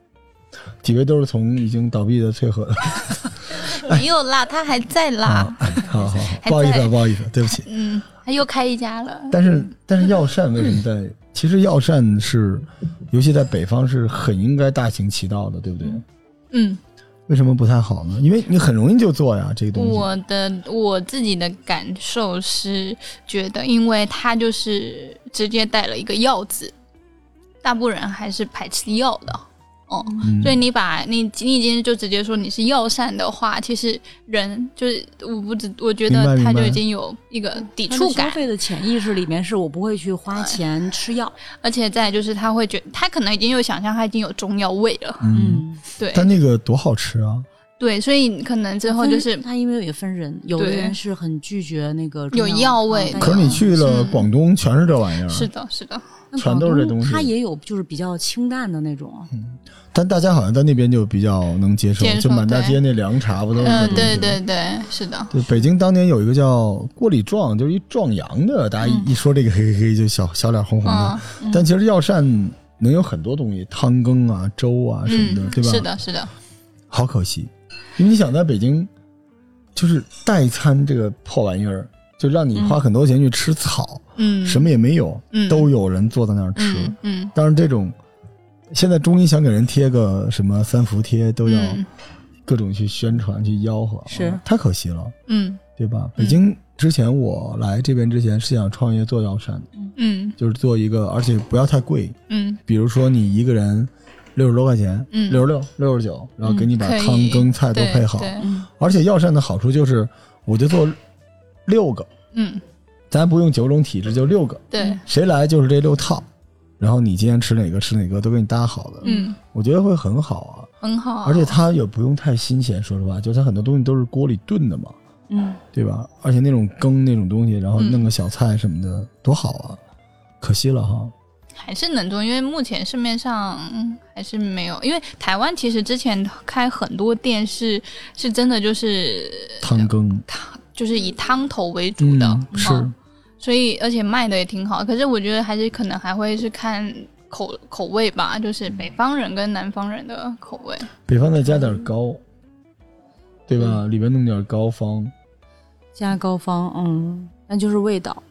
[SPEAKER 1] 几位都是从已经倒闭的翠河的，
[SPEAKER 4] 没有啦，它还在
[SPEAKER 1] 啊
[SPEAKER 4] 啦，
[SPEAKER 1] 好好好，
[SPEAKER 4] 还
[SPEAKER 1] 不好意思啊，
[SPEAKER 4] 在
[SPEAKER 1] 不好意思，对不起。
[SPEAKER 4] 嗯，它又开一家了，
[SPEAKER 1] 但 是但是药膳为什么在？其实药膳是，尤其在北方是很应该大行其道的，对不对？
[SPEAKER 4] 嗯，
[SPEAKER 1] 为什么不太好呢？因为你很容易就做呀，这个东西。
[SPEAKER 4] 我的我自己的感受是觉得，因为它就是直接带了一个药字，大部分人还是排斥药的，哦，
[SPEAKER 1] 嗯
[SPEAKER 4] 所以你把你你已经就直接说你是药膳的话，其实人就是我不知，我觉
[SPEAKER 1] 明白
[SPEAKER 4] 得
[SPEAKER 1] 明白
[SPEAKER 4] 他就已经有一个抵
[SPEAKER 2] 它
[SPEAKER 4] 触
[SPEAKER 2] 的消
[SPEAKER 4] 感，
[SPEAKER 2] 费的潜意识里面是我不会去花钱吃药，
[SPEAKER 4] 而且再就是他会觉他可能已经有想象他已经有中药味了，
[SPEAKER 1] 嗯，
[SPEAKER 2] 嗯，
[SPEAKER 4] 对
[SPEAKER 1] 但那个多好吃啊！
[SPEAKER 4] 对，所以可能之后就是
[SPEAKER 2] 分它因为也分人，有的
[SPEAKER 4] 对
[SPEAKER 2] 人是很拒绝那个
[SPEAKER 4] 有
[SPEAKER 2] 中
[SPEAKER 4] 药味
[SPEAKER 2] 啊
[SPEAKER 4] 的
[SPEAKER 1] 可是你去了
[SPEAKER 4] 哎是
[SPEAKER 1] 广东，全是这玩意儿。啊
[SPEAKER 4] 是的是的，
[SPEAKER 2] 但
[SPEAKER 1] 全都是这
[SPEAKER 2] 广东
[SPEAKER 1] 东西嗯
[SPEAKER 2] 它也有就是比较清淡的那种，
[SPEAKER 1] 但大家好像在那边就比较能接受，
[SPEAKER 4] 接受
[SPEAKER 1] 就满大街那凉茶不都是那
[SPEAKER 4] 嗯，
[SPEAKER 1] 东西吗？
[SPEAKER 4] 对对对，是的，
[SPEAKER 1] 对，北京当年有一个叫锅里壮，就是一壮阳的，大家一一说这个嘿嘿嘿，就小小脸红红的
[SPEAKER 4] 嗯。
[SPEAKER 1] 但其实药膳能有很多东西，汤羹啊、粥啊什么的，
[SPEAKER 4] 嗯，
[SPEAKER 1] 对吧？
[SPEAKER 4] 是。的是的，
[SPEAKER 1] 好可惜，因为你想在北京，就是代餐这个破玩意儿，就让你花很多钱去吃草，
[SPEAKER 4] 嗯，
[SPEAKER 1] 什么也没有，
[SPEAKER 4] 嗯
[SPEAKER 1] 都有人坐在那儿吃。
[SPEAKER 4] 嗯嗯，
[SPEAKER 1] 当然，这种现在中医想给人贴个什么三伏贴，都要
[SPEAKER 4] 嗯
[SPEAKER 1] 各种去宣传、去吆喝，啊
[SPEAKER 2] 是
[SPEAKER 1] 太可惜了，
[SPEAKER 4] 嗯
[SPEAKER 1] 对吧？
[SPEAKER 4] 嗯
[SPEAKER 1] 北京之前我来这边之前是想创业做药膳的，
[SPEAKER 4] 嗯
[SPEAKER 1] 就是做一个，而且不要太贵，
[SPEAKER 4] 嗯
[SPEAKER 1] 比如说你一个人六十多块钱，
[SPEAKER 4] 嗯
[SPEAKER 1] 六十六、六十九，然后给你把
[SPEAKER 4] 可以
[SPEAKER 1] 汤羹菜都
[SPEAKER 4] 对
[SPEAKER 1] 配好，
[SPEAKER 4] 对
[SPEAKER 1] 而且药膳的好处就是，我就做六个，
[SPEAKER 4] 嗯
[SPEAKER 1] 咱不用九种体质，就六个，
[SPEAKER 4] 对
[SPEAKER 1] 谁来就是这六套，然后你今天吃哪个吃哪个都给你搭好的，
[SPEAKER 4] 嗯
[SPEAKER 1] 我觉得会很好
[SPEAKER 4] 很好
[SPEAKER 1] 啊。
[SPEAKER 4] 啊，
[SPEAKER 1] 而且它也不用太新鲜，说实话，就是它很多东西都是锅里炖的嘛，
[SPEAKER 2] 嗯，
[SPEAKER 1] 对吧？而且那种羹那种东西，然后
[SPEAKER 4] 嗯
[SPEAKER 1] 弄个小菜什么的，多好啊！可惜了哈，
[SPEAKER 4] 还是能做，因为目前市面上嗯还是没有，因为台湾其实之前开很多店是是真的就是
[SPEAKER 1] 汤羹
[SPEAKER 4] 就是以汤头为主的，
[SPEAKER 1] 嗯、是
[SPEAKER 4] 嗯所以而且卖的也挺好，可是我觉得还是可能还会是看口口味吧，就是北方人跟南方人的口味，
[SPEAKER 1] 北方再加点糕，对吧？里边弄点膏方，
[SPEAKER 2] 加膏方，嗯，但就是味道。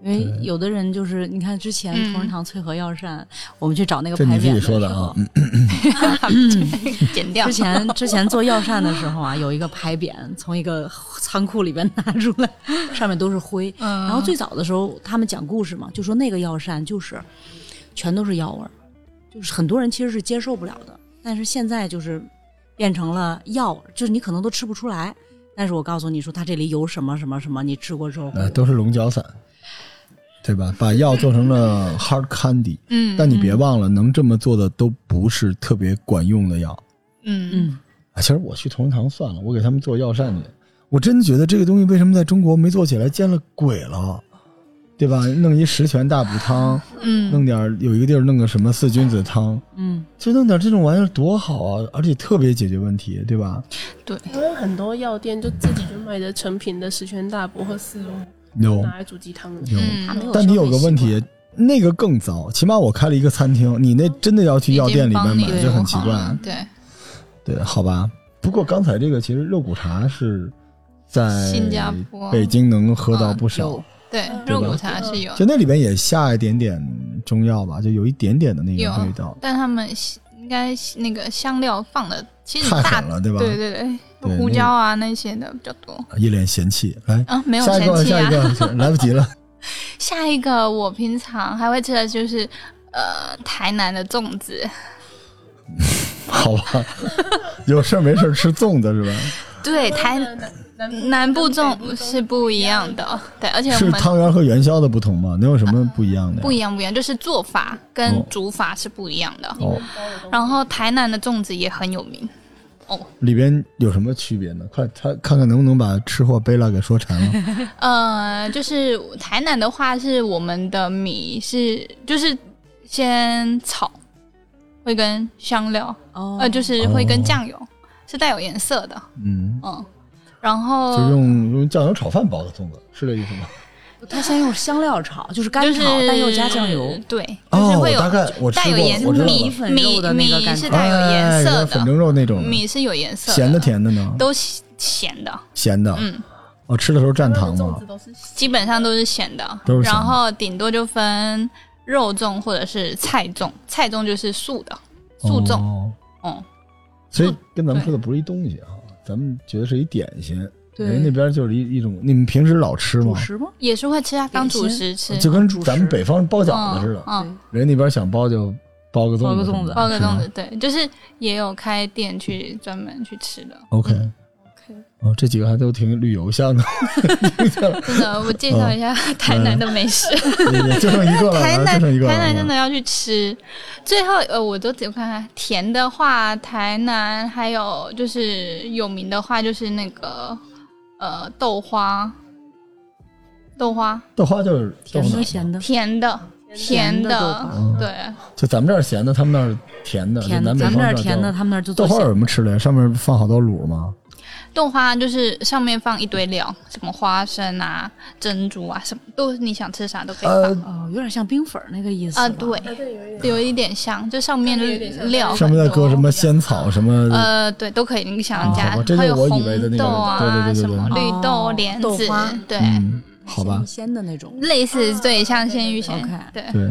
[SPEAKER 2] 因为
[SPEAKER 1] 对
[SPEAKER 2] 有的人就是，你看之前
[SPEAKER 4] 嗯
[SPEAKER 2] 同仁堂翠河药膳，我们去找那个
[SPEAKER 1] 这
[SPEAKER 2] 牌
[SPEAKER 1] 你自
[SPEAKER 2] 匾
[SPEAKER 1] 己说的
[SPEAKER 2] 时候
[SPEAKER 1] 啊。嗯嗯
[SPEAKER 4] 剪掉
[SPEAKER 2] 之。前之前做药膳的时候啊，有一个牌匾从一个仓库里边拿出来，上面都是灰。
[SPEAKER 4] 嗯
[SPEAKER 2] 然后最早的时候，他们讲故事嘛，就说那个药膳就是全都是药味儿，就是很多人其实是接受不了的。但是现在就是变成了药味儿，就是你可能都吃不出来。但是我告诉你说，它这里有什么什么什么，你吃过之后会
[SPEAKER 1] 呃，都是龙角散，对吧？把药做成了 hard candy，
[SPEAKER 4] 嗯，
[SPEAKER 1] 但你别忘了，能这么做的都不是特别管用的药。
[SPEAKER 4] 嗯
[SPEAKER 2] 嗯，
[SPEAKER 1] 啊，其实我去同仁堂算了，我给他们做药膳去。我真觉得这个东西为什么在中国没做起来，见了鬼了！对吧？弄一十全大补汤，
[SPEAKER 4] 嗯
[SPEAKER 1] 弄点儿有一个地儿弄个什么四君子汤，
[SPEAKER 2] 嗯，
[SPEAKER 1] 就弄点这种玩意儿多好啊！而且特别解决问题，对吧？
[SPEAKER 4] 对，
[SPEAKER 3] 台湾很多药店就自己就卖的成品的十全大补或四物，
[SPEAKER 1] 有
[SPEAKER 3] 拿来煮鸡汤的。
[SPEAKER 1] 有，
[SPEAKER 2] 他没
[SPEAKER 4] 嗯，
[SPEAKER 2] 有。
[SPEAKER 1] 但你有个问题，那个更糟。起码我开了一个餐厅，你那真的要去药店里面
[SPEAKER 4] 哦已经帮
[SPEAKER 1] 买，
[SPEAKER 4] 你
[SPEAKER 1] 就很
[SPEAKER 4] 留
[SPEAKER 1] 奇
[SPEAKER 4] 好
[SPEAKER 1] 怪
[SPEAKER 4] 了。嗯对，
[SPEAKER 1] 对，好吧。不过刚才这个其实肉骨茶是在
[SPEAKER 4] 新加坡
[SPEAKER 1] 北京能喝到
[SPEAKER 4] 啊
[SPEAKER 1] 不少，
[SPEAKER 2] 有
[SPEAKER 4] 对，
[SPEAKER 3] 嗯
[SPEAKER 4] 肉骨茶是有，
[SPEAKER 1] 就那里边也下一点点中药吧，就有一点点的那个
[SPEAKER 4] 有
[SPEAKER 1] 味道，
[SPEAKER 4] 但他们西应该西那个香料放的其实
[SPEAKER 1] 太
[SPEAKER 4] 大
[SPEAKER 1] 狠，了，对吧？
[SPEAKER 4] 对对
[SPEAKER 1] 对
[SPEAKER 4] 对，胡椒啊那些的比较多。
[SPEAKER 1] 一脸嫌弃，来，
[SPEAKER 4] 啊，没有
[SPEAKER 1] 下一
[SPEAKER 4] 嫌
[SPEAKER 1] 个，
[SPEAKER 4] 弃
[SPEAKER 1] 下一
[SPEAKER 4] 啊。
[SPEAKER 1] 个，来不及了。
[SPEAKER 4] 下一个我平常还会吃的就是呃台南的粽子，
[SPEAKER 1] 好 吧，有事儿没事儿吃粽子是吧？
[SPEAKER 4] 对台
[SPEAKER 3] 南
[SPEAKER 4] 哦南部
[SPEAKER 3] 南部
[SPEAKER 4] 粽
[SPEAKER 3] 粽
[SPEAKER 4] 是不一样的，对，而且我
[SPEAKER 1] 是
[SPEAKER 4] 们
[SPEAKER 1] 汤圆和元宵的不同吗？能有什么不一样的呀？
[SPEAKER 4] 不一样不一样，就是做法
[SPEAKER 1] 哦
[SPEAKER 4] 跟煮法是不一样的。
[SPEAKER 1] 哦，
[SPEAKER 4] 然后台南的粽子也很有名，
[SPEAKER 1] 里边有什么区别呢？快，他看看能不能把吃货贝拉给说馋 了。
[SPEAKER 4] 呃，就是台南的话，是我们的米是就是先炒，会跟香料，
[SPEAKER 2] 哦，
[SPEAKER 4] 呃，就是会跟酱油，是带有颜色的，
[SPEAKER 1] 嗯，
[SPEAKER 2] 哦
[SPEAKER 4] 嗯，然
[SPEAKER 1] 就
[SPEAKER 4] 后
[SPEAKER 1] 用用酱油炒饭包的粽子，是这意思吗？
[SPEAKER 2] 他先用香料炒，就是干
[SPEAKER 4] 就
[SPEAKER 2] 炒
[SPEAKER 4] 是，
[SPEAKER 2] 但又加酱油。
[SPEAKER 4] 对，就是
[SPEAKER 1] 哦，
[SPEAKER 4] 会
[SPEAKER 1] 我
[SPEAKER 4] 有
[SPEAKER 1] 大概我吃
[SPEAKER 4] 带
[SPEAKER 1] 过，
[SPEAKER 4] 有颜
[SPEAKER 1] 我知道
[SPEAKER 4] 米
[SPEAKER 1] 了。
[SPEAKER 2] 粉
[SPEAKER 4] 米
[SPEAKER 2] 肉的那个
[SPEAKER 4] 米
[SPEAKER 2] 感
[SPEAKER 4] 是
[SPEAKER 2] 觉
[SPEAKER 4] 带有颜
[SPEAKER 1] 哎
[SPEAKER 4] 色
[SPEAKER 1] 有粉
[SPEAKER 4] 的，
[SPEAKER 1] 蒸肉那种，
[SPEAKER 4] 米是有颜色，
[SPEAKER 1] 咸的甜哦的呢，
[SPEAKER 4] 都是咸的，
[SPEAKER 1] 咸的。
[SPEAKER 4] 嗯，
[SPEAKER 1] 我吃的时候蘸
[SPEAKER 3] 台
[SPEAKER 1] 糖
[SPEAKER 3] 湾的
[SPEAKER 1] 吗
[SPEAKER 3] 粽子？都是咸
[SPEAKER 4] 基本上都是咸的，
[SPEAKER 1] 都是咸的
[SPEAKER 4] 然后顶多就分肉粽或者是菜粽，菜粽就是素的素粽，
[SPEAKER 1] 哦
[SPEAKER 4] 嗯，
[SPEAKER 1] 所以跟咱们说的不是一东西啊，咱们觉得是一点心。
[SPEAKER 2] 对
[SPEAKER 1] 哎人那边就是一一种，你们平时老吃
[SPEAKER 2] 主
[SPEAKER 1] 吗？
[SPEAKER 2] 食吗？
[SPEAKER 4] 也是会吃啊，当主食吃，
[SPEAKER 1] 就跟
[SPEAKER 2] 主食
[SPEAKER 1] 咱们北方包饺
[SPEAKER 4] 嗯
[SPEAKER 1] 子似的，
[SPEAKER 4] 嗯，
[SPEAKER 1] 人那边想包就包个粽子，
[SPEAKER 2] 包个粽子
[SPEAKER 4] 包个粽
[SPEAKER 1] 是
[SPEAKER 4] 子
[SPEAKER 1] 吗。，
[SPEAKER 4] 哦对，就是也有开店去专门去吃的。
[SPEAKER 1] OK，哦，这几个还都挺旅游向的，
[SPEAKER 4] 真的，我介绍一下
[SPEAKER 1] 哦
[SPEAKER 4] 台南的美食。
[SPEAKER 1] 也就剩一个了，
[SPEAKER 4] 台
[SPEAKER 1] 就
[SPEAKER 4] 南，
[SPEAKER 1] 剩一个了。
[SPEAKER 4] 台南真的要去吃。最后，呃，我都我看看，甜的话，台南还有就是有名的话，就是那个呃豆花，豆花
[SPEAKER 1] 豆花就是豆
[SPEAKER 2] 甜
[SPEAKER 1] 腐脑
[SPEAKER 2] 的，咸的，
[SPEAKER 4] 甜的，甜
[SPEAKER 2] 的豆花
[SPEAKER 4] 的，
[SPEAKER 1] 嗯，
[SPEAKER 4] 对，
[SPEAKER 1] 就咱们这儿咸的，他们那儿甜的，
[SPEAKER 2] 甜的，
[SPEAKER 1] 就嗯
[SPEAKER 2] 咱
[SPEAKER 1] 南北
[SPEAKER 2] 们这
[SPEAKER 1] 方
[SPEAKER 2] 儿
[SPEAKER 1] 叫
[SPEAKER 2] 甜的，。他们那儿就
[SPEAKER 1] 豆
[SPEAKER 2] 做
[SPEAKER 1] 花有
[SPEAKER 2] 咸
[SPEAKER 1] 什么吃的呀？上面放好多卤吗？
[SPEAKER 4] 豆花就是上面放一堆料，什么花生啊、珍珠啊，什么都你想吃啥都可以放。
[SPEAKER 1] 呃，
[SPEAKER 2] 哦，有点像冰粉儿那个意思
[SPEAKER 4] 啊，
[SPEAKER 2] 吧，
[SPEAKER 4] 对，
[SPEAKER 3] 的，对，有一点。
[SPEAKER 4] 有一点像，就上面
[SPEAKER 3] 有一点像
[SPEAKER 4] 料
[SPEAKER 1] 上面再搁什
[SPEAKER 4] 么？
[SPEAKER 1] 么仙草什么的，
[SPEAKER 4] 呃，对，都可以，你想加，
[SPEAKER 1] 啊嗯好吧这
[SPEAKER 4] 还
[SPEAKER 1] 就是
[SPEAKER 4] 有
[SPEAKER 1] 我以
[SPEAKER 4] 红
[SPEAKER 1] 为的那个
[SPEAKER 4] 豆
[SPEAKER 1] 对对
[SPEAKER 4] 啊，
[SPEAKER 1] 对对
[SPEAKER 4] 什么
[SPEAKER 1] 对
[SPEAKER 4] 绿豆
[SPEAKER 2] 哦、
[SPEAKER 4] 莲
[SPEAKER 2] 豆
[SPEAKER 4] 子
[SPEAKER 2] 花，
[SPEAKER 4] 对，
[SPEAKER 1] 嗯，好吧
[SPEAKER 2] 咸，鲜的那种。
[SPEAKER 4] 类似对，像鲜芋仙
[SPEAKER 2] OK，
[SPEAKER 4] 对，
[SPEAKER 1] 对。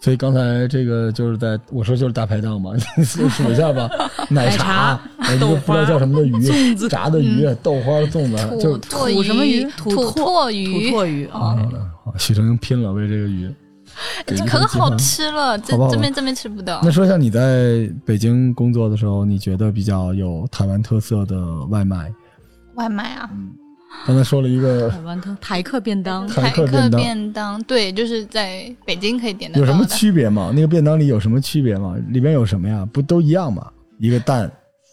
[SPEAKER 1] 所以刚才这个就是在我说就是大排档嘛， 你数数一下 吧，奶茶，哎一个不知道叫什么的鱼，炸的鱼、豆花、粽子，就
[SPEAKER 4] 嗯土
[SPEAKER 1] 是
[SPEAKER 4] 唾
[SPEAKER 2] 土什么鱼
[SPEAKER 4] 土
[SPEAKER 2] 土
[SPEAKER 4] 唾
[SPEAKER 2] 土
[SPEAKER 4] 鱼，
[SPEAKER 2] 唾鱼
[SPEAKER 1] 啊
[SPEAKER 2] 哦，，
[SPEAKER 1] 许成英拼了为这个鱼，给一
[SPEAKER 4] 就
[SPEAKER 1] 份
[SPEAKER 4] 哎可是好
[SPEAKER 1] 精神。
[SPEAKER 4] 吃啊了，这
[SPEAKER 1] 好吧好吧
[SPEAKER 4] 这边这边吃不到
[SPEAKER 1] 那。说一下你在北京工作的时候，你觉得比较有台湾特色的外卖？
[SPEAKER 4] 外卖啊，
[SPEAKER 1] 刚才说了一个
[SPEAKER 4] 嗯
[SPEAKER 2] 台湾特哎台客便当，
[SPEAKER 1] 台客
[SPEAKER 4] 客
[SPEAKER 1] 便当
[SPEAKER 4] 便当，对，就是在北京可以点得
[SPEAKER 1] 有什
[SPEAKER 4] 到
[SPEAKER 1] 么
[SPEAKER 4] 的。
[SPEAKER 1] 区别吗？那个便当里有什么区别吗？里边有什么呀？不都一样吗？一个蛋，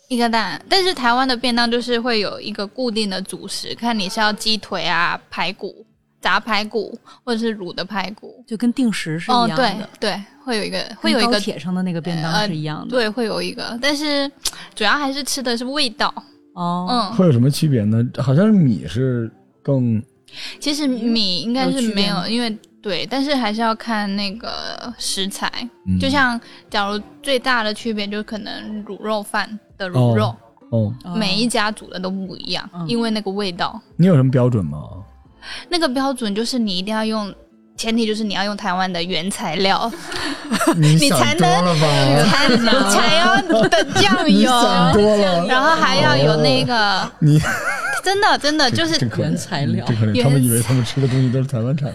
[SPEAKER 4] 一个蛋，但是台湾的便当就是会有一个固定的主食，看你是要鸡腿啊、排骨、炸排骨，或者是卤的排骨。
[SPEAKER 2] 就跟定时是一
[SPEAKER 4] 哦，
[SPEAKER 2] 样
[SPEAKER 4] 对
[SPEAKER 2] 的，
[SPEAKER 4] 对，会有一个
[SPEAKER 2] 跟
[SPEAKER 4] 会有一
[SPEAKER 2] 高
[SPEAKER 4] 个
[SPEAKER 2] 铁上的那个便当
[SPEAKER 4] 呃
[SPEAKER 2] 是一样的。
[SPEAKER 4] 对，会有一个，但是主要还是吃的是味道。
[SPEAKER 2] 哦，
[SPEAKER 4] 嗯，
[SPEAKER 1] 会有什么区别呢？好像是米是更
[SPEAKER 4] 其实米应该
[SPEAKER 2] 有
[SPEAKER 4] 是
[SPEAKER 2] 区别
[SPEAKER 4] 没有，
[SPEAKER 2] 吗
[SPEAKER 4] 因为对，但是还是要看那个食材。
[SPEAKER 1] 嗯
[SPEAKER 4] 就像假如最大的区别就可能卤肉饭的卤肉，
[SPEAKER 1] 哦，
[SPEAKER 2] 哦
[SPEAKER 4] 每一家煮的都不一样，
[SPEAKER 2] 嗯
[SPEAKER 4] 因为那个味道，
[SPEAKER 1] 你有什么标准吗？
[SPEAKER 4] 那个标准就是你一定要用。前提就是你要用台湾的原材料，
[SPEAKER 2] 哦
[SPEAKER 1] 你
[SPEAKER 4] 你
[SPEAKER 1] 想
[SPEAKER 4] 才
[SPEAKER 1] 多了吧？
[SPEAKER 4] 才 才 要的酱
[SPEAKER 1] 你
[SPEAKER 4] 油，
[SPEAKER 1] 想多了，
[SPEAKER 4] 然后还要有那个，
[SPEAKER 1] 你
[SPEAKER 4] 真的真的就是
[SPEAKER 1] 真可怜
[SPEAKER 2] 原材料
[SPEAKER 1] 真可怜。
[SPEAKER 4] 原
[SPEAKER 1] 他们以为他们吃的东西都是台湾产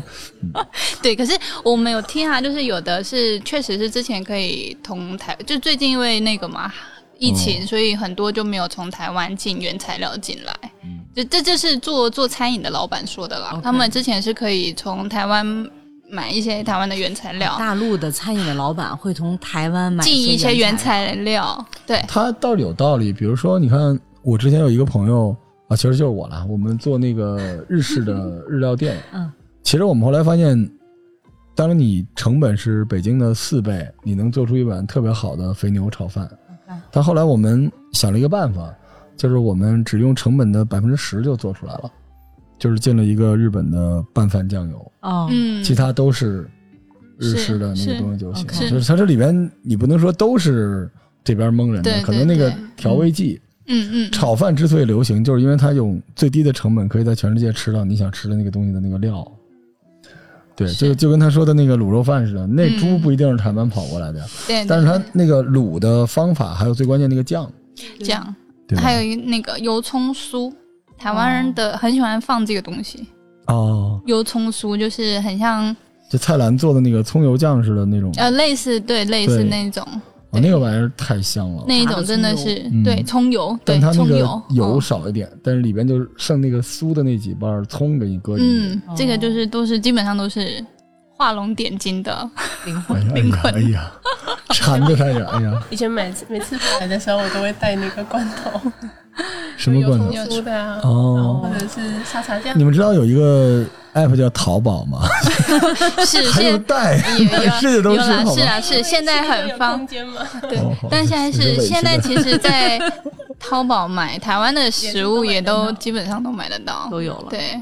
[SPEAKER 1] 的，
[SPEAKER 4] 对，可是我们有听啊，就是有的是确实是之前可以从台，就最近因为那个嘛疫情，
[SPEAKER 1] 哦
[SPEAKER 4] 所以很多就没有从台湾进原材料进来。
[SPEAKER 1] 嗯
[SPEAKER 4] 就这就是做做餐饮的老板说的啦
[SPEAKER 2] OK
[SPEAKER 4] 他们之前是可以从台湾买一些台湾的原材料，
[SPEAKER 2] 大陆的餐饮的老板会从台湾买
[SPEAKER 4] 进一些原
[SPEAKER 2] 材料，
[SPEAKER 4] 材料。对，
[SPEAKER 1] 他倒是有道理。比如说，你看我之前有一个朋友啊，其实就是我啦，我们做那个日式的日料店，
[SPEAKER 2] 嗯，
[SPEAKER 1] 其实我们后来发现，当你成本是北京的四倍，你能做出一碗特别好的肥牛炒饭。但后来我们想了一个办法，就是我们只用成本的百分之十就做出来了，就是进了一个日本的拌饭酱油，
[SPEAKER 2] 哦，
[SPEAKER 4] 嗯，
[SPEAKER 1] 其他都是日
[SPEAKER 4] 是
[SPEAKER 1] 式的那个
[SPEAKER 4] 是
[SPEAKER 1] 东西就行。
[SPEAKER 2] OK
[SPEAKER 1] 就是它这里边你不能说都是这边蒙人的，
[SPEAKER 4] 对
[SPEAKER 1] 可能那
[SPEAKER 4] 对
[SPEAKER 1] 个
[SPEAKER 4] 对
[SPEAKER 1] 调味剂。
[SPEAKER 4] 嗯嗯，
[SPEAKER 1] 炒饭之所以流行，就是因为它用最低的成本可以在全世界吃到你想吃的那个东西的那个料。对，
[SPEAKER 4] 是
[SPEAKER 1] 就就跟他说的那个卤肉饭似的，那
[SPEAKER 4] 嗯
[SPEAKER 1] 猪不一定是台湾跑过来的呀，
[SPEAKER 4] 对，
[SPEAKER 1] 但是
[SPEAKER 4] 对
[SPEAKER 1] 它那个卤的方法，还有最关键那个酱，
[SPEAKER 4] 这样，
[SPEAKER 1] 对吧？
[SPEAKER 4] 还有一那个油葱酥，台湾人的很喜欢放这个东西。
[SPEAKER 1] 哦，
[SPEAKER 4] 油葱酥就是很像
[SPEAKER 1] 就蔡澜做的那个葱油酱似的那种，
[SPEAKER 4] 呃类似对类似
[SPEAKER 1] 对
[SPEAKER 4] 那种
[SPEAKER 1] 哦，那个玩意儿太香了。
[SPEAKER 4] 那一种哦真的是
[SPEAKER 1] 嗯
[SPEAKER 4] 对葱油对
[SPEAKER 1] 但它那
[SPEAKER 4] 葱
[SPEAKER 1] 个
[SPEAKER 4] 油
[SPEAKER 1] 油
[SPEAKER 4] 嗯
[SPEAKER 1] 少一点，但是里边就是剩那个酥的那几瓣儿葱给你搁进去。
[SPEAKER 4] 嗯，这个就是都是基本上都是画龙点 睛的，
[SPEAKER 2] 灵
[SPEAKER 1] 哎
[SPEAKER 2] 魂
[SPEAKER 1] 呀哎
[SPEAKER 4] 灵
[SPEAKER 1] 呀
[SPEAKER 4] 魂
[SPEAKER 1] 哎呀，馋着它呀！哎呀，
[SPEAKER 3] 以前每次每次回来的时候，我都会带那个罐头，
[SPEAKER 1] 什么罐头？
[SPEAKER 3] 有酥的啊，
[SPEAKER 1] 哦
[SPEAKER 3] 或者是沙茶酱
[SPEAKER 1] 你。们知道有一个 app 叫淘宝吗？
[SPEAKER 4] 是
[SPEAKER 1] 还有
[SPEAKER 4] 现
[SPEAKER 1] 带
[SPEAKER 4] 有
[SPEAKER 1] 买吃的都
[SPEAKER 4] 有
[SPEAKER 1] 吃
[SPEAKER 4] 啦
[SPEAKER 1] 好
[SPEAKER 4] 是
[SPEAKER 1] 吗？
[SPEAKER 4] 啊是现在很
[SPEAKER 3] 方
[SPEAKER 4] 方
[SPEAKER 3] 空间吗？
[SPEAKER 4] 对
[SPEAKER 1] 哦好，
[SPEAKER 4] 但现在
[SPEAKER 1] 你是
[SPEAKER 4] 是
[SPEAKER 1] 委屈
[SPEAKER 4] 现在
[SPEAKER 1] 的
[SPEAKER 4] 其实，在淘宝买台湾的食物也都基本上都买得到，
[SPEAKER 2] 都有了。
[SPEAKER 4] 对，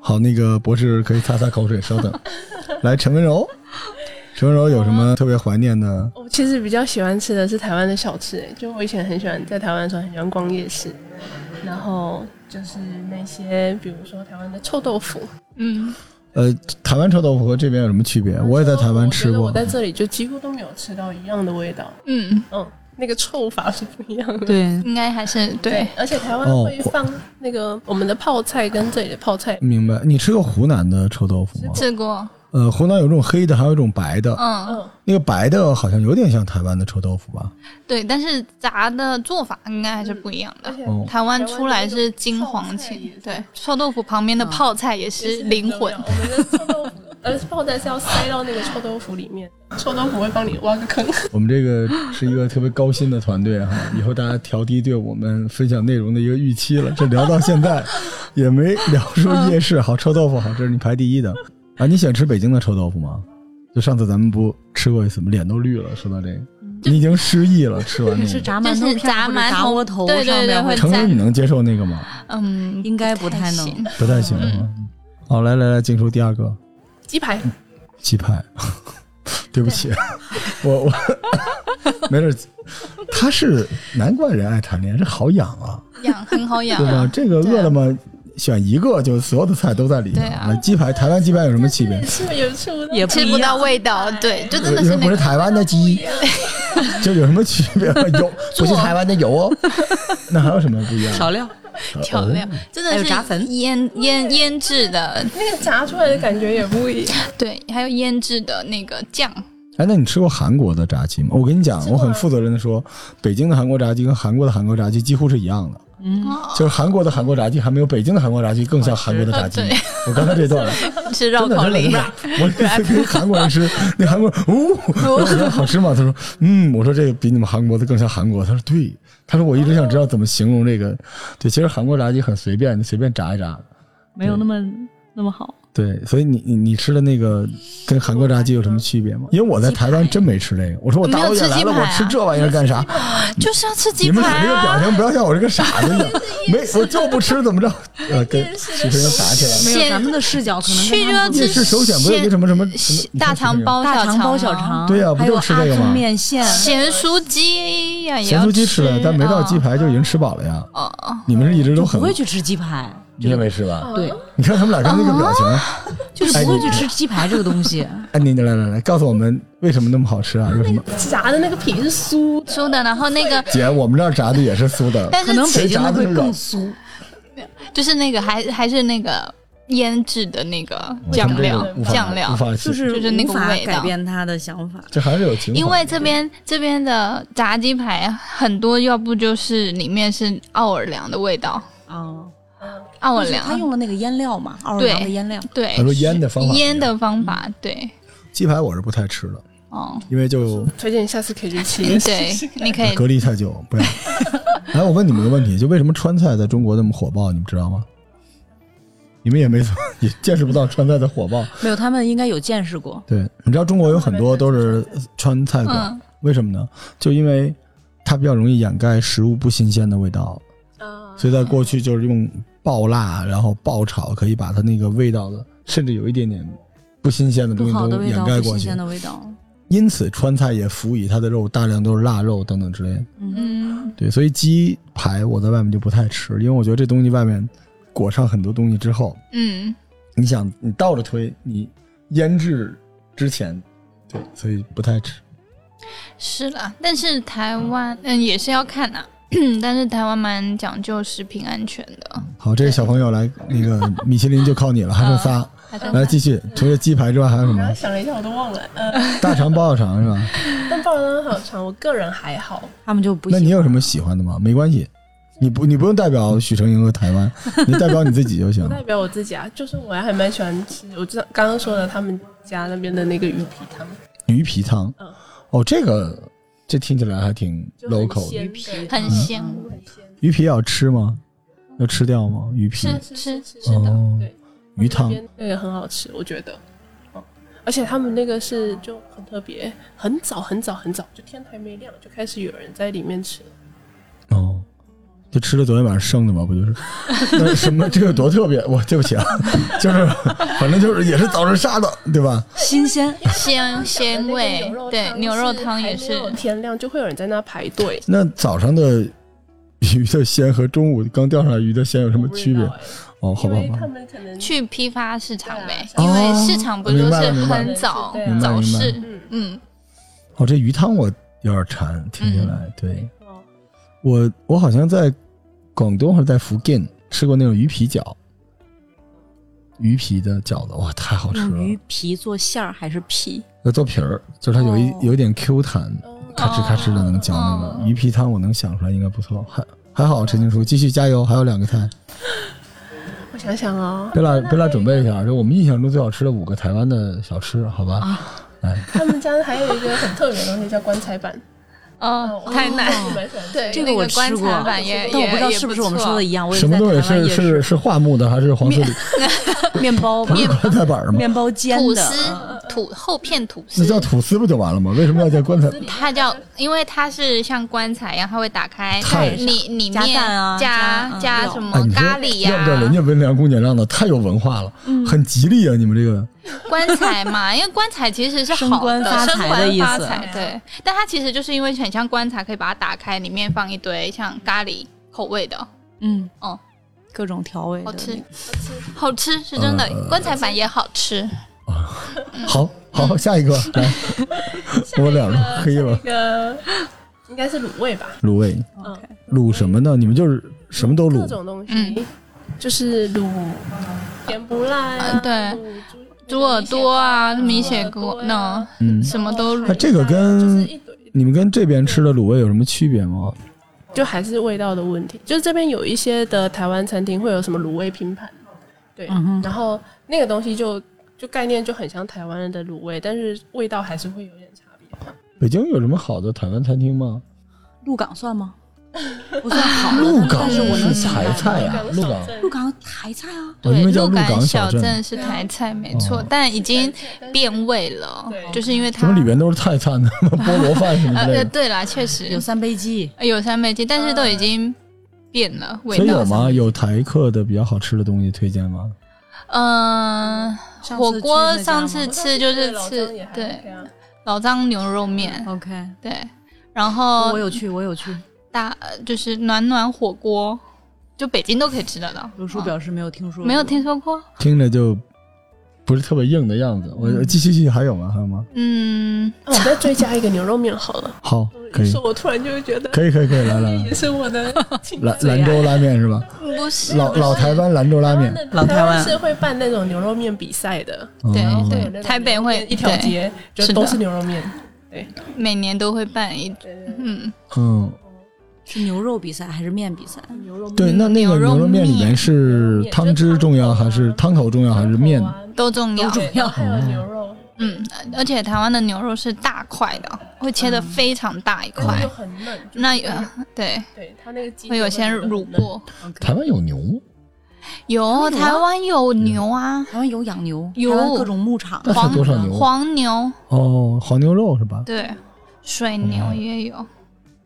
[SPEAKER 1] 好，那个博士可以擦擦口水，稍 等。来，陈温柔，陈温柔有什
[SPEAKER 4] 啊
[SPEAKER 1] 么特别怀念的？
[SPEAKER 3] 我其实比较喜欢吃的是台湾的小吃、哎就我以前很喜欢在台湾的时候很喜欢逛夜市，然后就是那些比如说台湾的臭豆腐，
[SPEAKER 4] 嗯，
[SPEAKER 1] 呃，台湾臭豆腐和这边有什么区别？
[SPEAKER 4] 啊
[SPEAKER 1] 我也在台湾吃
[SPEAKER 3] 我
[SPEAKER 1] 过
[SPEAKER 3] 觉得我在这里就几乎都没有吃到一样的味道，
[SPEAKER 4] 嗯，
[SPEAKER 3] 嗯，那个臭法是不一样的。
[SPEAKER 2] 对，
[SPEAKER 4] 应该还是对，
[SPEAKER 3] 而且台湾
[SPEAKER 1] 哦
[SPEAKER 3] 会放那个我们的泡菜跟这里的泡菜，
[SPEAKER 1] 明白。你吃过湖南的臭豆腐吗？
[SPEAKER 4] 吃过，
[SPEAKER 1] 呃，湖南有一种黑的，还有一种白的。
[SPEAKER 4] 嗯，
[SPEAKER 1] 那个白的好像有点像台湾的臭豆腐吧？
[SPEAKER 4] 对，但是炸的做法应该还是不一样
[SPEAKER 3] 而
[SPEAKER 4] 的。
[SPEAKER 3] 且
[SPEAKER 1] 哦，
[SPEAKER 4] 台湾出来是金黄青，对，臭豆腐旁边
[SPEAKER 2] 嗯
[SPEAKER 4] 的泡菜也是灵魂，
[SPEAKER 3] 我们的臭豆腐，呃，泡菜是要塞到那个臭豆腐里面，臭豆腐会帮你挖个坑。
[SPEAKER 1] 我们这个是一个特别高薪的团队哈，以后大家调低对我们分享内容的一个预期了。这聊到现在，也没聊出夜市好、臭豆腐好，这是你排第一的啊！你喜欢吃北京的臭豆腐吗？就上次咱们不吃过一次吗？脸都绿了。说到这个，你已经失忆了。吃完那
[SPEAKER 2] 是
[SPEAKER 1] 个，
[SPEAKER 2] 炸
[SPEAKER 4] 就
[SPEAKER 2] 馒头
[SPEAKER 4] 是
[SPEAKER 2] 片
[SPEAKER 4] 炸
[SPEAKER 2] 或者
[SPEAKER 4] 馒
[SPEAKER 2] 炸
[SPEAKER 4] 头
[SPEAKER 2] 窝头
[SPEAKER 4] 对对
[SPEAKER 2] 上
[SPEAKER 4] 对
[SPEAKER 2] 面
[SPEAKER 4] 会
[SPEAKER 2] 会
[SPEAKER 1] 成人你能接受那个吗？
[SPEAKER 4] 嗯，
[SPEAKER 2] 应该不
[SPEAKER 4] 不
[SPEAKER 2] 太能
[SPEAKER 4] 行。
[SPEAKER 1] 不太行。啊好，来来来，进出第二个
[SPEAKER 3] 鸡排，
[SPEAKER 1] 鸡排。对不起， 我我没事。他是难怪人爱谈恋爱，这好养啊。
[SPEAKER 4] 养很好养
[SPEAKER 1] 对吧？
[SPEAKER 4] 啊，
[SPEAKER 1] 这个
[SPEAKER 4] 对啊
[SPEAKER 1] 饿了么选一个，就所有的菜都在里面。
[SPEAKER 4] 对啊
[SPEAKER 1] 那鸡排，台湾鸡排有什么区别
[SPEAKER 3] 也？是有吃的，
[SPEAKER 2] 也
[SPEAKER 4] 吃
[SPEAKER 2] 一
[SPEAKER 4] 不到
[SPEAKER 2] 样
[SPEAKER 4] 味道，对，就真的
[SPEAKER 1] 因
[SPEAKER 4] 是
[SPEAKER 1] 为
[SPEAKER 4] 那
[SPEAKER 1] 不是
[SPEAKER 4] 个
[SPEAKER 1] 台湾的鸡，就有什么区别 吗？油不是台湾的油 哦。那还有什么不一样？哦
[SPEAKER 2] 调料，
[SPEAKER 4] 调料，真的
[SPEAKER 2] 哦还有
[SPEAKER 4] 是
[SPEAKER 2] 炸粉
[SPEAKER 4] 腌腌腌制的，
[SPEAKER 3] 那个炸出来的感觉也不一样。
[SPEAKER 4] 对，还有腌制的那个酱，
[SPEAKER 1] 哎，那你吃过韩国的炸鸡吗？我跟你讲，
[SPEAKER 3] 吃
[SPEAKER 1] 我
[SPEAKER 3] 过啊
[SPEAKER 1] 很负责任的说，北京的韩国炸鸡跟韩国的韩国炸鸡几乎是一样的，
[SPEAKER 2] 嗯，
[SPEAKER 4] 哦
[SPEAKER 1] 就是韩国的韩国炸鸡还没有北京的韩国炸鸡更像韩国的炸鸡
[SPEAKER 4] 好吃。
[SPEAKER 1] 我刚才这段。
[SPEAKER 4] 是
[SPEAKER 1] 真的真的
[SPEAKER 4] 绕口令
[SPEAKER 1] 真，的我有一次跟韩国人吃，那韩国人 哦，然后我说好吃吗？他说嗯，我说这个比你们韩国的更像韩国。他说对，他说我一直想知道怎么形容这个。对，其实韩国炸鸡很随便，你随便炸一炸。
[SPEAKER 2] 没有那么那么好。
[SPEAKER 1] 对，所以你你你吃的那个跟韩国炸鸡有什么区别吗？因为我在台湾真没吃这个，我说我大老远来了，我吃这玩意儿干啥？
[SPEAKER 4] 就是要吃
[SPEAKER 1] 你
[SPEAKER 4] 鸡
[SPEAKER 1] 们俩
[SPEAKER 4] 排
[SPEAKER 1] 这个表
[SPEAKER 4] 啊！
[SPEAKER 1] 情不要像我这个傻子一样，没我就不吃怎么着？呃，跟许飞人打起来了。
[SPEAKER 2] 没有
[SPEAKER 4] 现
[SPEAKER 2] 咱们的视角，可能
[SPEAKER 4] 去
[SPEAKER 2] 跟他
[SPEAKER 4] 热
[SPEAKER 2] 们
[SPEAKER 1] 夜
[SPEAKER 2] 不一
[SPEAKER 4] 气
[SPEAKER 2] 样
[SPEAKER 1] 市首选不有一个什么什么什
[SPEAKER 4] 西
[SPEAKER 1] 么
[SPEAKER 4] 大肠？包
[SPEAKER 2] 大肠
[SPEAKER 4] 肠
[SPEAKER 2] 包小
[SPEAKER 4] 啊
[SPEAKER 2] 肠，
[SPEAKER 1] 对呀不
[SPEAKER 2] 还有
[SPEAKER 1] 就吃这个
[SPEAKER 2] 阿
[SPEAKER 1] 吗
[SPEAKER 2] 宗面线，
[SPEAKER 4] 咸酥鸡呀，也
[SPEAKER 1] 咸
[SPEAKER 4] 要
[SPEAKER 1] 酥鸡吃了，但没到
[SPEAKER 4] 啊
[SPEAKER 1] 鸡排就已经吃饱了呀。
[SPEAKER 4] 哦哦，
[SPEAKER 1] 你们是一直
[SPEAKER 2] 就
[SPEAKER 1] 都
[SPEAKER 2] 不
[SPEAKER 1] 很
[SPEAKER 2] 会去吃鸡排，
[SPEAKER 1] 你也没哎吃吧？
[SPEAKER 2] 对，
[SPEAKER 4] 嗯
[SPEAKER 1] 你看他们俩刚才那个表
[SPEAKER 4] 哦
[SPEAKER 1] 情，
[SPEAKER 2] 就是不会去吃鸡排这个东西。
[SPEAKER 1] 哎，你来来来，告诉我们为什么那么好吃啊？有什么？
[SPEAKER 3] 炸的那个皮是酥的，
[SPEAKER 4] 酥的，然后那个，
[SPEAKER 1] 姐，我们这儿炸的也是酥的，
[SPEAKER 4] 但
[SPEAKER 2] 可
[SPEAKER 4] 是
[SPEAKER 2] 能
[SPEAKER 1] 谁
[SPEAKER 2] 北京
[SPEAKER 1] 炸
[SPEAKER 2] 的
[SPEAKER 1] 的
[SPEAKER 2] 会
[SPEAKER 1] 那
[SPEAKER 2] 更
[SPEAKER 1] 个
[SPEAKER 2] 酥，
[SPEAKER 4] 就是那个还还是那个腌制的那个
[SPEAKER 1] 我他们
[SPEAKER 4] 酱
[SPEAKER 1] 这
[SPEAKER 4] 料
[SPEAKER 1] 个无法
[SPEAKER 4] 酱
[SPEAKER 1] 无
[SPEAKER 4] 料，
[SPEAKER 1] 法
[SPEAKER 2] 就
[SPEAKER 1] 接受
[SPEAKER 2] 是
[SPEAKER 4] 就是那个
[SPEAKER 2] 无法
[SPEAKER 4] 味道
[SPEAKER 2] 改变他的想法。
[SPEAKER 1] 这还是有情怀的。
[SPEAKER 4] 因为这边这边的炸鸡排很多，要不就是里面是奥尔良的味道，
[SPEAKER 2] 啊，
[SPEAKER 4] 奥尔
[SPEAKER 2] 就是
[SPEAKER 4] 良
[SPEAKER 2] 他用了那个腌料嘛，奥尔
[SPEAKER 4] 对
[SPEAKER 2] 良的腌料，
[SPEAKER 4] 对
[SPEAKER 1] 他说腌的方法不一嗯样
[SPEAKER 4] 腌的方法对，
[SPEAKER 1] 鸡排我是不太吃的，
[SPEAKER 4] 哦，
[SPEAKER 1] 因为就
[SPEAKER 3] 推荐你下次可以去吃。
[SPEAKER 4] 对， 你
[SPEAKER 2] 哎
[SPEAKER 4] 可以
[SPEAKER 1] 隔离太久，不 要。哎，我问你们个问题，就为什么川菜在中国那么火爆，你们知道吗？你们也 没怎么也见识不到川菜的火爆。
[SPEAKER 2] 没有，他们应该有见识过。
[SPEAKER 1] 对，你知道中国有很多都是川菜馆，
[SPEAKER 4] 嗯
[SPEAKER 1] 为什么呢？就因为它比较容易掩盖食物不新鲜的味道，
[SPEAKER 3] 啊
[SPEAKER 1] 所以在过去就是用爆辣，然后爆炒，可以把它那个味道的，甚至有一点点不新鲜的东西
[SPEAKER 2] 不好的
[SPEAKER 1] 都
[SPEAKER 2] 味
[SPEAKER 1] 掩
[SPEAKER 2] 道，
[SPEAKER 1] 盖
[SPEAKER 2] 不
[SPEAKER 1] 过
[SPEAKER 2] 新
[SPEAKER 1] 去
[SPEAKER 2] 鲜。的味道。
[SPEAKER 1] 因此，川菜也辅以它的肉大量都是腊肉等等之类的。
[SPEAKER 2] 嗯，
[SPEAKER 4] 嗯，
[SPEAKER 1] 对，所以鸡排我在外面就不太吃，因为我觉得这东西外面裹上很多东西之后，
[SPEAKER 4] 嗯，
[SPEAKER 1] 你想你倒着推，你腌制之前，对，所以不太吃。
[SPEAKER 4] 是啦，但是台湾嗯也是要看呐、 但是台湾蛮讲究食品安全的，
[SPEAKER 1] 好，这个小朋友来，那个米其林就靠你了，还剩仨，
[SPEAKER 4] 还在
[SPEAKER 1] 来继续。除了鸡排之外还有什
[SPEAKER 3] 我刚
[SPEAKER 1] 么
[SPEAKER 3] 刚？想了一下，我都忘了。呃，
[SPEAKER 1] 大肠、包小肠是吧？
[SPEAKER 3] 但棒棒糖好长，我个人还好。
[SPEAKER 2] 他们就不
[SPEAKER 1] 那
[SPEAKER 2] 喜
[SPEAKER 1] 你
[SPEAKER 2] 欢。
[SPEAKER 1] 有什么喜欢的吗？没关系，你不你不用代表许成英和台湾，你代表你自己就行
[SPEAKER 3] 不。代表我自己啊，就是我还蛮喜欢吃，我知道刚刚说的他们家那边的那个鱼皮汤，
[SPEAKER 1] 鱼皮汤
[SPEAKER 3] 嗯，
[SPEAKER 1] 哦，这个这听起来还挺
[SPEAKER 3] 就很
[SPEAKER 1] local 的。
[SPEAKER 3] 鲜皮
[SPEAKER 4] 很鲜
[SPEAKER 1] 嗯
[SPEAKER 3] 很鲜，
[SPEAKER 1] 鱼皮要吃吗？要吃掉吗？鱼皮
[SPEAKER 4] 吃吃吃
[SPEAKER 1] 哦
[SPEAKER 4] 的，
[SPEAKER 3] 对，
[SPEAKER 1] 鱼汤
[SPEAKER 3] 那边那个很好吃，我觉得。哦而且他们那个是就很特别，很早很早很早，就天还没亮就开始有人在里面吃了。
[SPEAKER 1] 哦，就吃了昨天晚上剩的嘛，不就是？ 那什么，这个多特别！我对不起啊， 就是反正就是也是早上杀的，对吧？
[SPEAKER 2] 新鲜？
[SPEAKER 4] 鲜鲜味，对，牛肉汤也是
[SPEAKER 3] 还没有天亮就会有人在那排队。
[SPEAKER 1] 那早上的鱼的鲜和中午刚钓上来鱼的鲜有什么区别
[SPEAKER 3] 我？
[SPEAKER 1] 哦，好
[SPEAKER 3] 不知
[SPEAKER 1] 吧，好
[SPEAKER 3] 道欸因为他
[SPEAKER 1] 吧，
[SPEAKER 3] 们可能
[SPEAKER 4] 去批发市场呗，
[SPEAKER 3] 对
[SPEAKER 1] 啊
[SPEAKER 4] 因为
[SPEAKER 1] 哦
[SPEAKER 4] 市场不都
[SPEAKER 1] 明白
[SPEAKER 4] 是
[SPEAKER 1] 了明白了
[SPEAKER 4] 很早
[SPEAKER 3] 明白了
[SPEAKER 4] 早
[SPEAKER 1] 明
[SPEAKER 4] 市，
[SPEAKER 3] 嗯
[SPEAKER 4] 嗯，
[SPEAKER 1] 哦，这鱼汤我有点馋，听起来。对
[SPEAKER 3] 哦
[SPEAKER 1] 我，我好像在广东还是在福建吃过那种鱼皮饺，鱼皮的饺子，哇，太好吃
[SPEAKER 2] 用鱼
[SPEAKER 1] 了！
[SPEAKER 2] 皮做馅儿还是皮？
[SPEAKER 1] 要做皮儿，就是它有一
[SPEAKER 2] 哦
[SPEAKER 1] 有一点 Q 弹，
[SPEAKER 3] 哦
[SPEAKER 1] 咔哧咔哧的能嚼那
[SPEAKER 4] 哦
[SPEAKER 1] 个鱼皮汤，我能想出来应该不错，还还好。陈静书，继续加油，还有两个菜，
[SPEAKER 3] 我想想哦，
[SPEAKER 1] 贝拉贝拉准备一下，就我们印象中最好吃的五个台湾的小吃，好
[SPEAKER 2] 啊
[SPEAKER 1] 吧？
[SPEAKER 3] 他们家还有一个很特别的东西叫棺材板，
[SPEAKER 4] 哦，太难，
[SPEAKER 3] 我蛮喜欢吃
[SPEAKER 4] 对，
[SPEAKER 2] 这个我
[SPEAKER 4] 那
[SPEAKER 2] 吃
[SPEAKER 4] 棺
[SPEAKER 2] 过
[SPEAKER 4] 材板也，
[SPEAKER 2] 但我不知道
[SPEAKER 4] 也
[SPEAKER 2] 是不是我们说的
[SPEAKER 4] 也
[SPEAKER 2] 一样。我也
[SPEAKER 1] 什么
[SPEAKER 2] 在
[SPEAKER 1] 东西
[SPEAKER 2] 台湾
[SPEAKER 1] 是
[SPEAKER 2] 也
[SPEAKER 1] 是是桦木的还是黄色的？
[SPEAKER 2] 面包嗯
[SPEAKER 1] 不是
[SPEAKER 2] 面
[SPEAKER 1] 棺材板儿吗？
[SPEAKER 2] 面包煎
[SPEAKER 4] 不错。吐
[SPEAKER 2] 的
[SPEAKER 4] 司土厚片吐
[SPEAKER 1] 那叫
[SPEAKER 4] 司，
[SPEAKER 1] 吐司不就完了吗？为什么要叫棺材？
[SPEAKER 4] 它叫，因为它是像棺材一样，它会打开，
[SPEAKER 1] 看
[SPEAKER 4] 里里面
[SPEAKER 2] 加蛋啊
[SPEAKER 4] 加
[SPEAKER 2] 加嗯
[SPEAKER 4] 加
[SPEAKER 2] 料
[SPEAKER 4] 什么
[SPEAKER 1] 哎，你说
[SPEAKER 4] 咖喱
[SPEAKER 1] 要不然人
[SPEAKER 4] 呀，嗯
[SPEAKER 1] 家温良恭俭让的太有文化了，很吉利啊！你们这个
[SPEAKER 4] 棺材嘛， 因为棺材其实是
[SPEAKER 2] 升
[SPEAKER 4] 好
[SPEAKER 2] 官
[SPEAKER 4] 的，
[SPEAKER 2] 发
[SPEAKER 4] 升
[SPEAKER 2] 财
[SPEAKER 4] 官
[SPEAKER 2] 的意
[SPEAKER 4] 发
[SPEAKER 2] 思
[SPEAKER 4] 财对，但它其实就是因为很像棺材，可以把它打开，里面放一堆像咖喱口味的，
[SPEAKER 2] 嗯
[SPEAKER 4] 哦，
[SPEAKER 2] 各种调味的
[SPEAKER 4] 好吃
[SPEAKER 2] 那个，
[SPEAKER 4] 好吃是真的
[SPEAKER 1] 呃，
[SPEAKER 4] 棺材板也好吃。嗯
[SPEAKER 1] 好好，下 一个来，我脸都黑了
[SPEAKER 3] 那。个应该是卤味吧，
[SPEAKER 1] 卤味
[SPEAKER 2] OK
[SPEAKER 1] 卤什么呢？你们就是什么都
[SPEAKER 3] 各
[SPEAKER 1] 卤，
[SPEAKER 3] 种东西，
[SPEAKER 4] 嗯
[SPEAKER 3] 就是卤甜不辣
[SPEAKER 4] 呃
[SPEAKER 3] 呀、
[SPEAKER 4] 对
[SPEAKER 3] 卤
[SPEAKER 4] 猪耳朵啊，米血
[SPEAKER 3] 锅啊
[SPEAKER 4] 锅那
[SPEAKER 1] 嗯，
[SPEAKER 4] 什么都
[SPEAKER 1] 那
[SPEAKER 4] 卤，
[SPEAKER 1] 这个
[SPEAKER 3] 就是
[SPEAKER 1] 跟
[SPEAKER 3] 一堆，
[SPEAKER 1] 你们跟这边吃的卤味有什么区别吗？
[SPEAKER 3] 就还是味道的问题。就是这边有一些的台湾餐厅会有什么卤味拼盘，对，
[SPEAKER 2] 嗯哼
[SPEAKER 3] 然后那个东西就就概念就很像台湾人的卤味，但是味道还是会有点差别。
[SPEAKER 1] 北京有什么好的台湾餐厅吗？
[SPEAKER 2] 鹿港 算吗？不算好的，
[SPEAKER 1] 鹿
[SPEAKER 2] 但
[SPEAKER 1] 港
[SPEAKER 2] 但是我能
[SPEAKER 1] 是
[SPEAKER 2] 想到
[SPEAKER 1] 台菜啊，
[SPEAKER 3] 鹿
[SPEAKER 1] 鹿
[SPEAKER 3] 港
[SPEAKER 1] 港
[SPEAKER 3] 小镇
[SPEAKER 2] 鹿港台菜啊，
[SPEAKER 1] 哦因
[SPEAKER 4] 对，
[SPEAKER 1] 为叫
[SPEAKER 4] 鹿
[SPEAKER 1] 鹿港
[SPEAKER 4] 港
[SPEAKER 1] 小
[SPEAKER 4] 小
[SPEAKER 1] 镇，
[SPEAKER 4] 镇是台菜没错
[SPEAKER 1] 哦，
[SPEAKER 4] 但已经变味了
[SPEAKER 3] 对，
[SPEAKER 4] 就是因为它
[SPEAKER 1] 怎么里边都是泰餐呢？ 菠萝饭什么
[SPEAKER 4] 呃
[SPEAKER 1] 之类
[SPEAKER 4] 呃，
[SPEAKER 1] 的，
[SPEAKER 4] 对啦，确实
[SPEAKER 2] 有三杯鸡，
[SPEAKER 4] 呃有三妹鸡，但是都已经变了
[SPEAKER 1] 呃
[SPEAKER 4] 味
[SPEAKER 1] 所以有
[SPEAKER 4] 道。
[SPEAKER 1] 吗？有台客的比较好吃的东西推荐吗？
[SPEAKER 4] 嗯，
[SPEAKER 2] 上次
[SPEAKER 4] 火锅
[SPEAKER 2] 去那家
[SPEAKER 4] 上
[SPEAKER 2] 吗
[SPEAKER 4] 次吃就是吃
[SPEAKER 3] 我上次去的老张
[SPEAKER 4] 对
[SPEAKER 3] 也还 OK 啊
[SPEAKER 4] 老张牛肉面，
[SPEAKER 2] OK，
[SPEAKER 4] 对，然后
[SPEAKER 2] 哦我有去，我有去。
[SPEAKER 4] 大呃就是暖暖火锅，就北京都可以吃得到。
[SPEAKER 2] 卢叔表示没有听说，
[SPEAKER 4] 哦没有听。说过，
[SPEAKER 1] 听着就不是特别硬的样子。我继续继续，还有吗？还有吗？
[SPEAKER 4] 嗯，
[SPEAKER 3] 那我再追加一个牛肉面好了。
[SPEAKER 1] 好，可以
[SPEAKER 3] 说，我突然就会觉 得
[SPEAKER 1] 可以，可以，可以，来来来
[SPEAKER 3] 也是我 的情
[SPEAKER 1] 兰
[SPEAKER 3] 感
[SPEAKER 1] 兰州拉面是吧？
[SPEAKER 4] 不是
[SPEAKER 1] 老老台湾兰州拉面，
[SPEAKER 2] 老台
[SPEAKER 3] 台
[SPEAKER 2] 湾
[SPEAKER 3] 湾是会办那种牛肉面比赛的，
[SPEAKER 4] 对
[SPEAKER 1] 嗯
[SPEAKER 4] 对
[SPEAKER 3] 那种
[SPEAKER 4] 台北会
[SPEAKER 3] 一条
[SPEAKER 4] 对
[SPEAKER 3] 街就是都
[SPEAKER 4] 的
[SPEAKER 3] 是牛肉面。
[SPEAKER 4] 每年都会办一，嗯，
[SPEAKER 1] 嗯，
[SPEAKER 2] 是牛肉比赛还是面比赛？
[SPEAKER 3] 牛肉面
[SPEAKER 1] 对，那那个
[SPEAKER 4] 牛肉
[SPEAKER 1] 牛肉面里面是
[SPEAKER 3] 面
[SPEAKER 1] 汤汁重要还是汤头重要还是面？
[SPEAKER 3] 啊
[SPEAKER 4] 都重要。
[SPEAKER 3] 要，还有牛肉，
[SPEAKER 4] 嗯，而且台湾的牛肉是大块的，会切的非常大一
[SPEAKER 3] 但是
[SPEAKER 1] 嗯
[SPEAKER 4] 块
[SPEAKER 3] 又。很嫩，
[SPEAKER 4] 那有对，
[SPEAKER 3] 对它那个鸡
[SPEAKER 4] 嗯会有些
[SPEAKER 3] 肉
[SPEAKER 4] 乳
[SPEAKER 3] 很嫩，
[SPEAKER 4] 过。
[SPEAKER 1] 嗯台湾有牛，嗯
[SPEAKER 4] 有
[SPEAKER 2] 有啊
[SPEAKER 4] 台湾有牛啊，
[SPEAKER 2] 台湾有养牛，
[SPEAKER 4] 有
[SPEAKER 2] 台湾各种牧场，
[SPEAKER 1] 那才多少牛啊？
[SPEAKER 4] 黄牛
[SPEAKER 1] 哦，黄牛肉是吧？
[SPEAKER 4] 对，水
[SPEAKER 1] 嗯
[SPEAKER 4] 牛也有。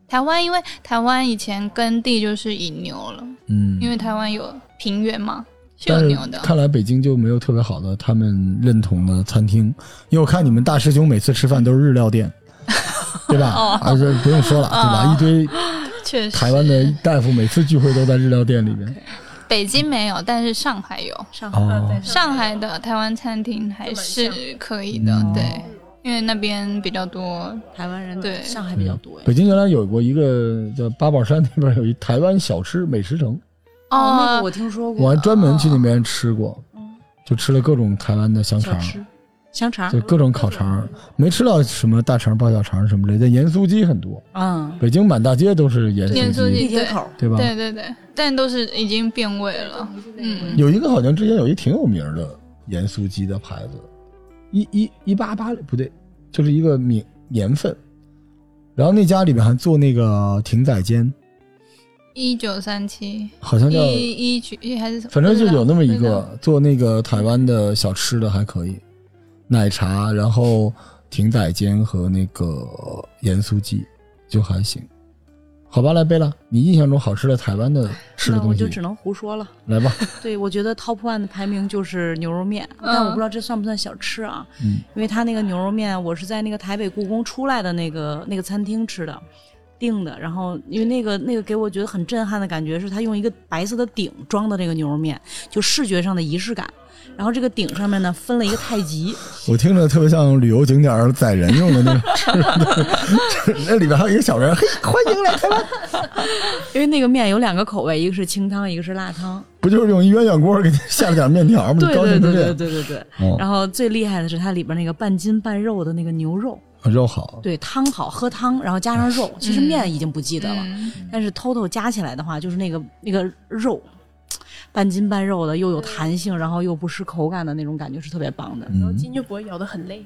[SPEAKER 4] 台湾因为台湾以前耕地就是以牛了，
[SPEAKER 1] 嗯，
[SPEAKER 4] 因为台湾有平原嘛，是有
[SPEAKER 1] 但是
[SPEAKER 4] 牛的。
[SPEAKER 1] 看来北京就没有特别好的他们认同的餐厅，因为我看你们大师兄每次吃饭都是日料 店，对吧？
[SPEAKER 4] 哦
[SPEAKER 1] 啊，这不用说了，对吧？一堆
[SPEAKER 4] 确实，
[SPEAKER 1] 台湾的大夫每次聚会都在日料店里 面。
[SPEAKER 4] 北京没有，但是上海有。
[SPEAKER 2] 上海
[SPEAKER 1] 哦，
[SPEAKER 4] 上海的台湾餐厅还是可以的，
[SPEAKER 1] 嗯
[SPEAKER 4] 对，因为那边比较
[SPEAKER 1] 哦
[SPEAKER 4] 多。
[SPEAKER 2] 台湾人
[SPEAKER 4] 对
[SPEAKER 2] 上海比较多呀
[SPEAKER 1] 北。京原来有过一个叫八宝山那边有一台湾小吃美食城，
[SPEAKER 2] 哦，
[SPEAKER 4] 哦
[SPEAKER 2] 那个我听说
[SPEAKER 1] 我
[SPEAKER 2] 过
[SPEAKER 1] 还专门去那边吃过，就吃了各种台湾的香
[SPEAKER 2] 小
[SPEAKER 1] 肠，
[SPEAKER 2] 吃嗯香肠
[SPEAKER 1] 就，各种烤肠，没吃到什么大肠、爆小肠什么类，但盐酥鸡很多，
[SPEAKER 2] 嗯，
[SPEAKER 1] 北京满大街都是盐
[SPEAKER 4] 盐酥
[SPEAKER 1] 酥
[SPEAKER 4] 鸡
[SPEAKER 1] 鸡，
[SPEAKER 2] 地铁口
[SPEAKER 1] 对吧？
[SPEAKER 4] 对对对，但都是已经变味了。嗯，
[SPEAKER 1] 有一个好像之前有一挺有名的盐酥鸡的牌子，一一一八八不对，就是一个年年份。然后那家里面还做那个艇仔煎，
[SPEAKER 4] 一九三七，
[SPEAKER 1] 好像叫，
[SPEAKER 4] 一一九一还是什么？
[SPEAKER 1] 反正就
[SPEAKER 4] 不知道
[SPEAKER 1] 有那么一
[SPEAKER 4] 不知道
[SPEAKER 1] 个做那个台湾的小吃的还可以，奶茶，然后艇仔煎和那个盐酥鸡就还行。好吧，来贝拉，你印象中好吃的台湾的吃的
[SPEAKER 2] 哎那我
[SPEAKER 1] 东
[SPEAKER 2] 就
[SPEAKER 1] 西，
[SPEAKER 2] 只能胡说了。
[SPEAKER 1] 来吧，
[SPEAKER 2] 对，我觉得 top one 的排名就是牛肉面，但我不知道这算不算小吃啊，
[SPEAKER 1] 嗯
[SPEAKER 2] 因为他那个牛肉面，我是在那个台北故宫出来的那个那个餐厅吃的。订的，然后因为那个那个给我觉得很震撼的感觉是，他用一个白色的鼎装的这个牛肉面，就视觉上的仪式感。然后这个鼎上面呢分了一个太极，
[SPEAKER 1] 我听着特别像旅游景点儿宰人用的那 种吃的，那里边还有一个小人，嘿，欢迎来台湾，
[SPEAKER 2] 因为那个面有两个口味，一个是清汤，一个是辣汤。
[SPEAKER 1] 不就是用一鸳鸯锅给你下了点面条吗？
[SPEAKER 2] 对
[SPEAKER 1] 你高
[SPEAKER 2] 对
[SPEAKER 1] 兴
[SPEAKER 2] 对
[SPEAKER 1] 成这
[SPEAKER 2] 对对对对。
[SPEAKER 1] 样，哦
[SPEAKER 2] 然后最厉害的是它里边那个半筋半肉的那个牛肉，
[SPEAKER 1] 嗯，肉好，
[SPEAKER 2] 对汤好喝汤，然后加上肉，其实面已经不记得了，
[SPEAKER 4] 嗯
[SPEAKER 2] 但是 total 加起来的话，就是那个那个肉，半筋半肉的，又有弹性，然后又不失口感的那种感觉是特别棒的，
[SPEAKER 3] 然后
[SPEAKER 1] 嗯，
[SPEAKER 3] 筋就不会咬得很累。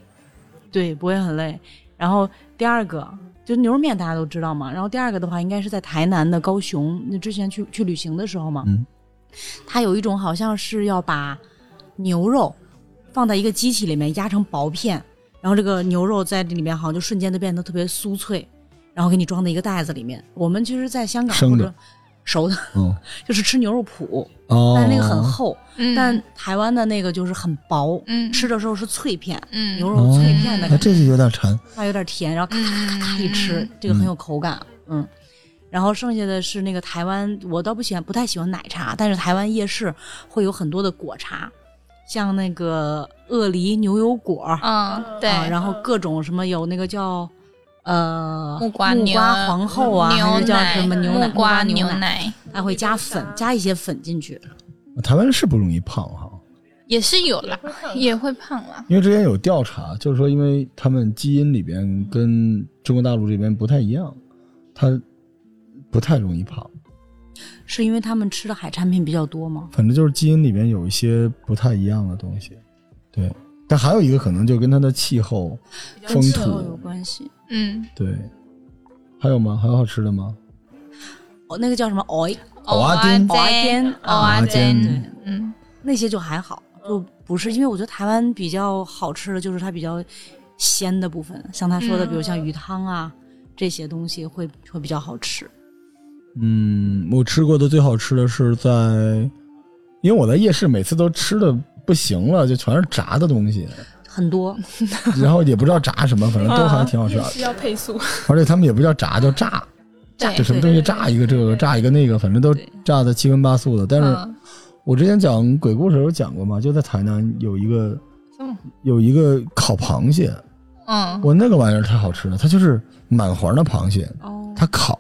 [SPEAKER 2] 对，不会很累。然后第二个就牛肉面大家都知道嘛，然后第二个的话应该是在台南的高雄，那之前去去旅行的时候嘛，
[SPEAKER 1] 嗯
[SPEAKER 2] 它有一种好像是要把牛肉放在一个机器里面压成薄片，然后这个牛肉在这里面好像就瞬间就变得特别酥脆，然后给你装在一个袋子里面。我们其实，在香港
[SPEAKER 1] 生
[SPEAKER 2] 或
[SPEAKER 1] 的
[SPEAKER 2] 者熟的，
[SPEAKER 1] 嗯，
[SPEAKER 2] 就是吃牛肉脯，
[SPEAKER 1] 哦，
[SPEAKER 2] 但是那个很厚，
[SPEAKER 4] 嗯
[SPEAKER 2] 但台湾的那个就是很薄，
[SPEAKER 4] 嗯
[SPEAKER 2] 吃的时候是脆片，
[SPEAKER 4] 嗯
[SPEAKER 2] 牛肉脆片
[SPEAKER 1] 那
[SPEAKER 2] 的感觉，
[SPEAKER 1] 这就有点馋，
[SPEAKER 2] 它有点甜，然后咔咔咔咔一吃
[SPEAKER 4] 嗯，
[SPEAKER 2] 这个很有口感，嗯。然后剩下的是那个台湾，我倒不喜欢，不太喜欢奶茶，但是台湾夜市会有很多的果茶，像那个鳄梨牛油果，
[SPEAKER 4] 嗯对，
[SPEAKER 2] 啊，然后各种什么有那个叫呃
[SPEAKER 4] 木瓜牛
[SPEAKER 2] 皇后啊，还
[SPEAKER 4] 牛
[SPEAKER 2] 是叫
[SPEAKER 4] 奶
[SPEAKER 2] 什么牛奶
[SPEAKER 4] 木瓜
[SPEAKER 2] 牛奶，
[SPEAKER 4] 奶
[SPEAKER 2] 还会加粉，加一些粉进去。
[SPEAKER 1] 台湾是不容易胖哈，
[SPEAKER 4] 也是有啦，也会胖啦。
[SPEAKER 1] 因为之前有调查，就是说，因为他们基因里边跟中国大陆这边不太一样，他不太容易胖，
[SPEAKER 2] 是因为他们吃的海产品比较多吗？
[SPEAKER 1] 反正就是基因里面有一些不太一样的东西，对。但还有一个可能就是跟它的气候、风
[SPEAKER 2] 跟气候有
[SPEAKER 1] 土，
[SPEAKER 2] 关系。
[SPEAKER 4] 嗯，
[SPEAKER 1] 对。还有吗？还有好吃的吗？
[SPEAKER 2] 哦，那个叫什么蚵
[SPEAKER 1] 蚵仔煎
[SPEAKER 2] 蚵仔煎
[SPEAKER 4] 蚵仔
[SPEAKER 1] 蚵仔
[SPEAKER 4] 煎
[SPEAKER 1] 煎，
[SPEAKER 4] 嗯，
[SPEAKER 2] 那些就还好，就不是因为我觉得台湾比较好吃的就是它比较鲜的部分，像他说的，比如像鱼汤啊这些东西会会比较好吃。
[SPEAKER 1] 嗯，我吃过的最好吃的是在，因为我在夜市每次都吃的不行了，就全是炸的东西，
[SPEAKER 2] 很多，
[SPEAKER 1] 然后也不知道炸什么，反正嗯都还 挺好吃啊
[SPEAKER 3] 夜
[SPEAKER 1] 的。
[SPEAKER 3] 市要配速，
[SPEAKER 1] 而且他们也不叫炸，叫炸，
[SPEAKER 4] 哎对
[SPEAKER 1] 就，什么东西炸一个这个，炸一个那个，反正都炸的七荤八素的。但是
[SPEAKER 4] 嗯
[SPEAKER 1] 我之前讲鬼故事有讲过嘛，就在台南有一个
[SPEAKER 4] 这么
[SPEAKER 1] 有一个烤螃蟹，
[SPEAKER 4] 嗯，
[SPEAKER 1] 我那个玩意儿太好吃了，它就是满环的螃蟹，
[SPEAKER 2] 哦，
[SPEAKER 1] 它烤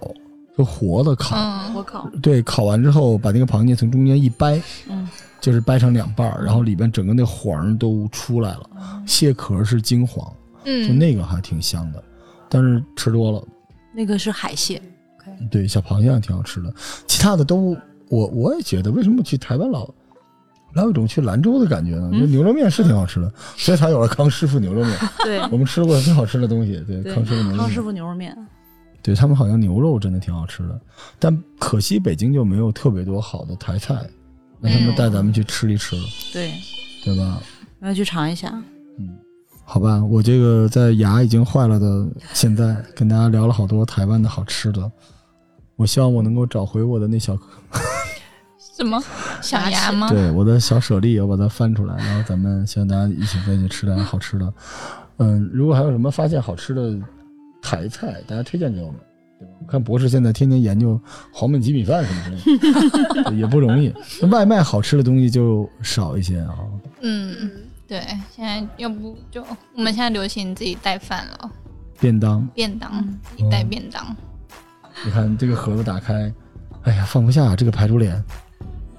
[SPEAKER 1] 就活的烤，
[SPEAKER 4] 嗯
[SPEAKER 2] 我靠，
[SPEAKER 1] 对，烤完之后把那个螃蟹从中间一掰，
[SPEAKER 2] 嗯，
[SPEAKER 1] 就是掰成两半儿，然后里边整个那黄都出来了，蟹壳是金黄，就
[SPEAKER 4] 嗯，
[SPEAKER 1] 那个还挺香的，但是吃多了。
[SPEAKER 2] 那个是海蟹，
[SPEAKER 1] 对，小螃蟹还挺好吃的，其他的都我我也觉得，为什么去台湾老老有一种去兰州的感觉呢？
[SPEAKER 2] 嗯
[SPEAKER 1] 就牛肉面是挺好吃的，所以才有了康师傅牛肉面。
[SPEAKER 2] 对
[SPEAKER 1] 我们吃过最好吃的东西，对
[SPEAKER 2] 对
[SPEAKER 1] 康师傅牛肉
[SPEAKER 2] 康师
[SPEAKER 1] 面，
[SPEAKER 2] 傅牛肉面，
[SPEAKER 1] 对他们好像牛肉真的挺好吃的，但可惜北京就没有特别多好的台菜，让
[SPEAKER 2] 哎
[SPEAKER 1] 他们带咱们去吃一吃了，
[SPEAKER 2] 对，
[SPEAKER 1] 对吧？
[SPEAKER 2] 我要去尝一下。
[SPEAKER 1] 好吧，我这个在牙已经坏了的现在，跟大家聊了好多台湾的好吃的。我希望我能够找回我的那小，
[SPEAKER 4] 什么小牙吗？
[SPEAKER 1] 对我的小舍利，我把它翻出来，然后咱们希望大家一起再去吃点好吃的。嗯，如果还有什么发现好吃的台菜，大家推荐给我们，对吧？我看博士现在天天研究黄焖鸡米饭什么之类的，也 不容易。外卖好吃的东西就少一些啊。
[SPEAKER 4] 嗯，对，现在要不就我们现在流行自己带饭了，
[SPEAKER 1] 便当，
[SPEAKER 4] 便当自己带便当，
[SPEAKER 1] 你看这个盒子打开，哎呀，放不下这个排 骨脸，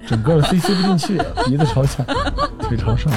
[SPEAKER 1] 整个塞塞不进去，鼻子朝下，腿朝上。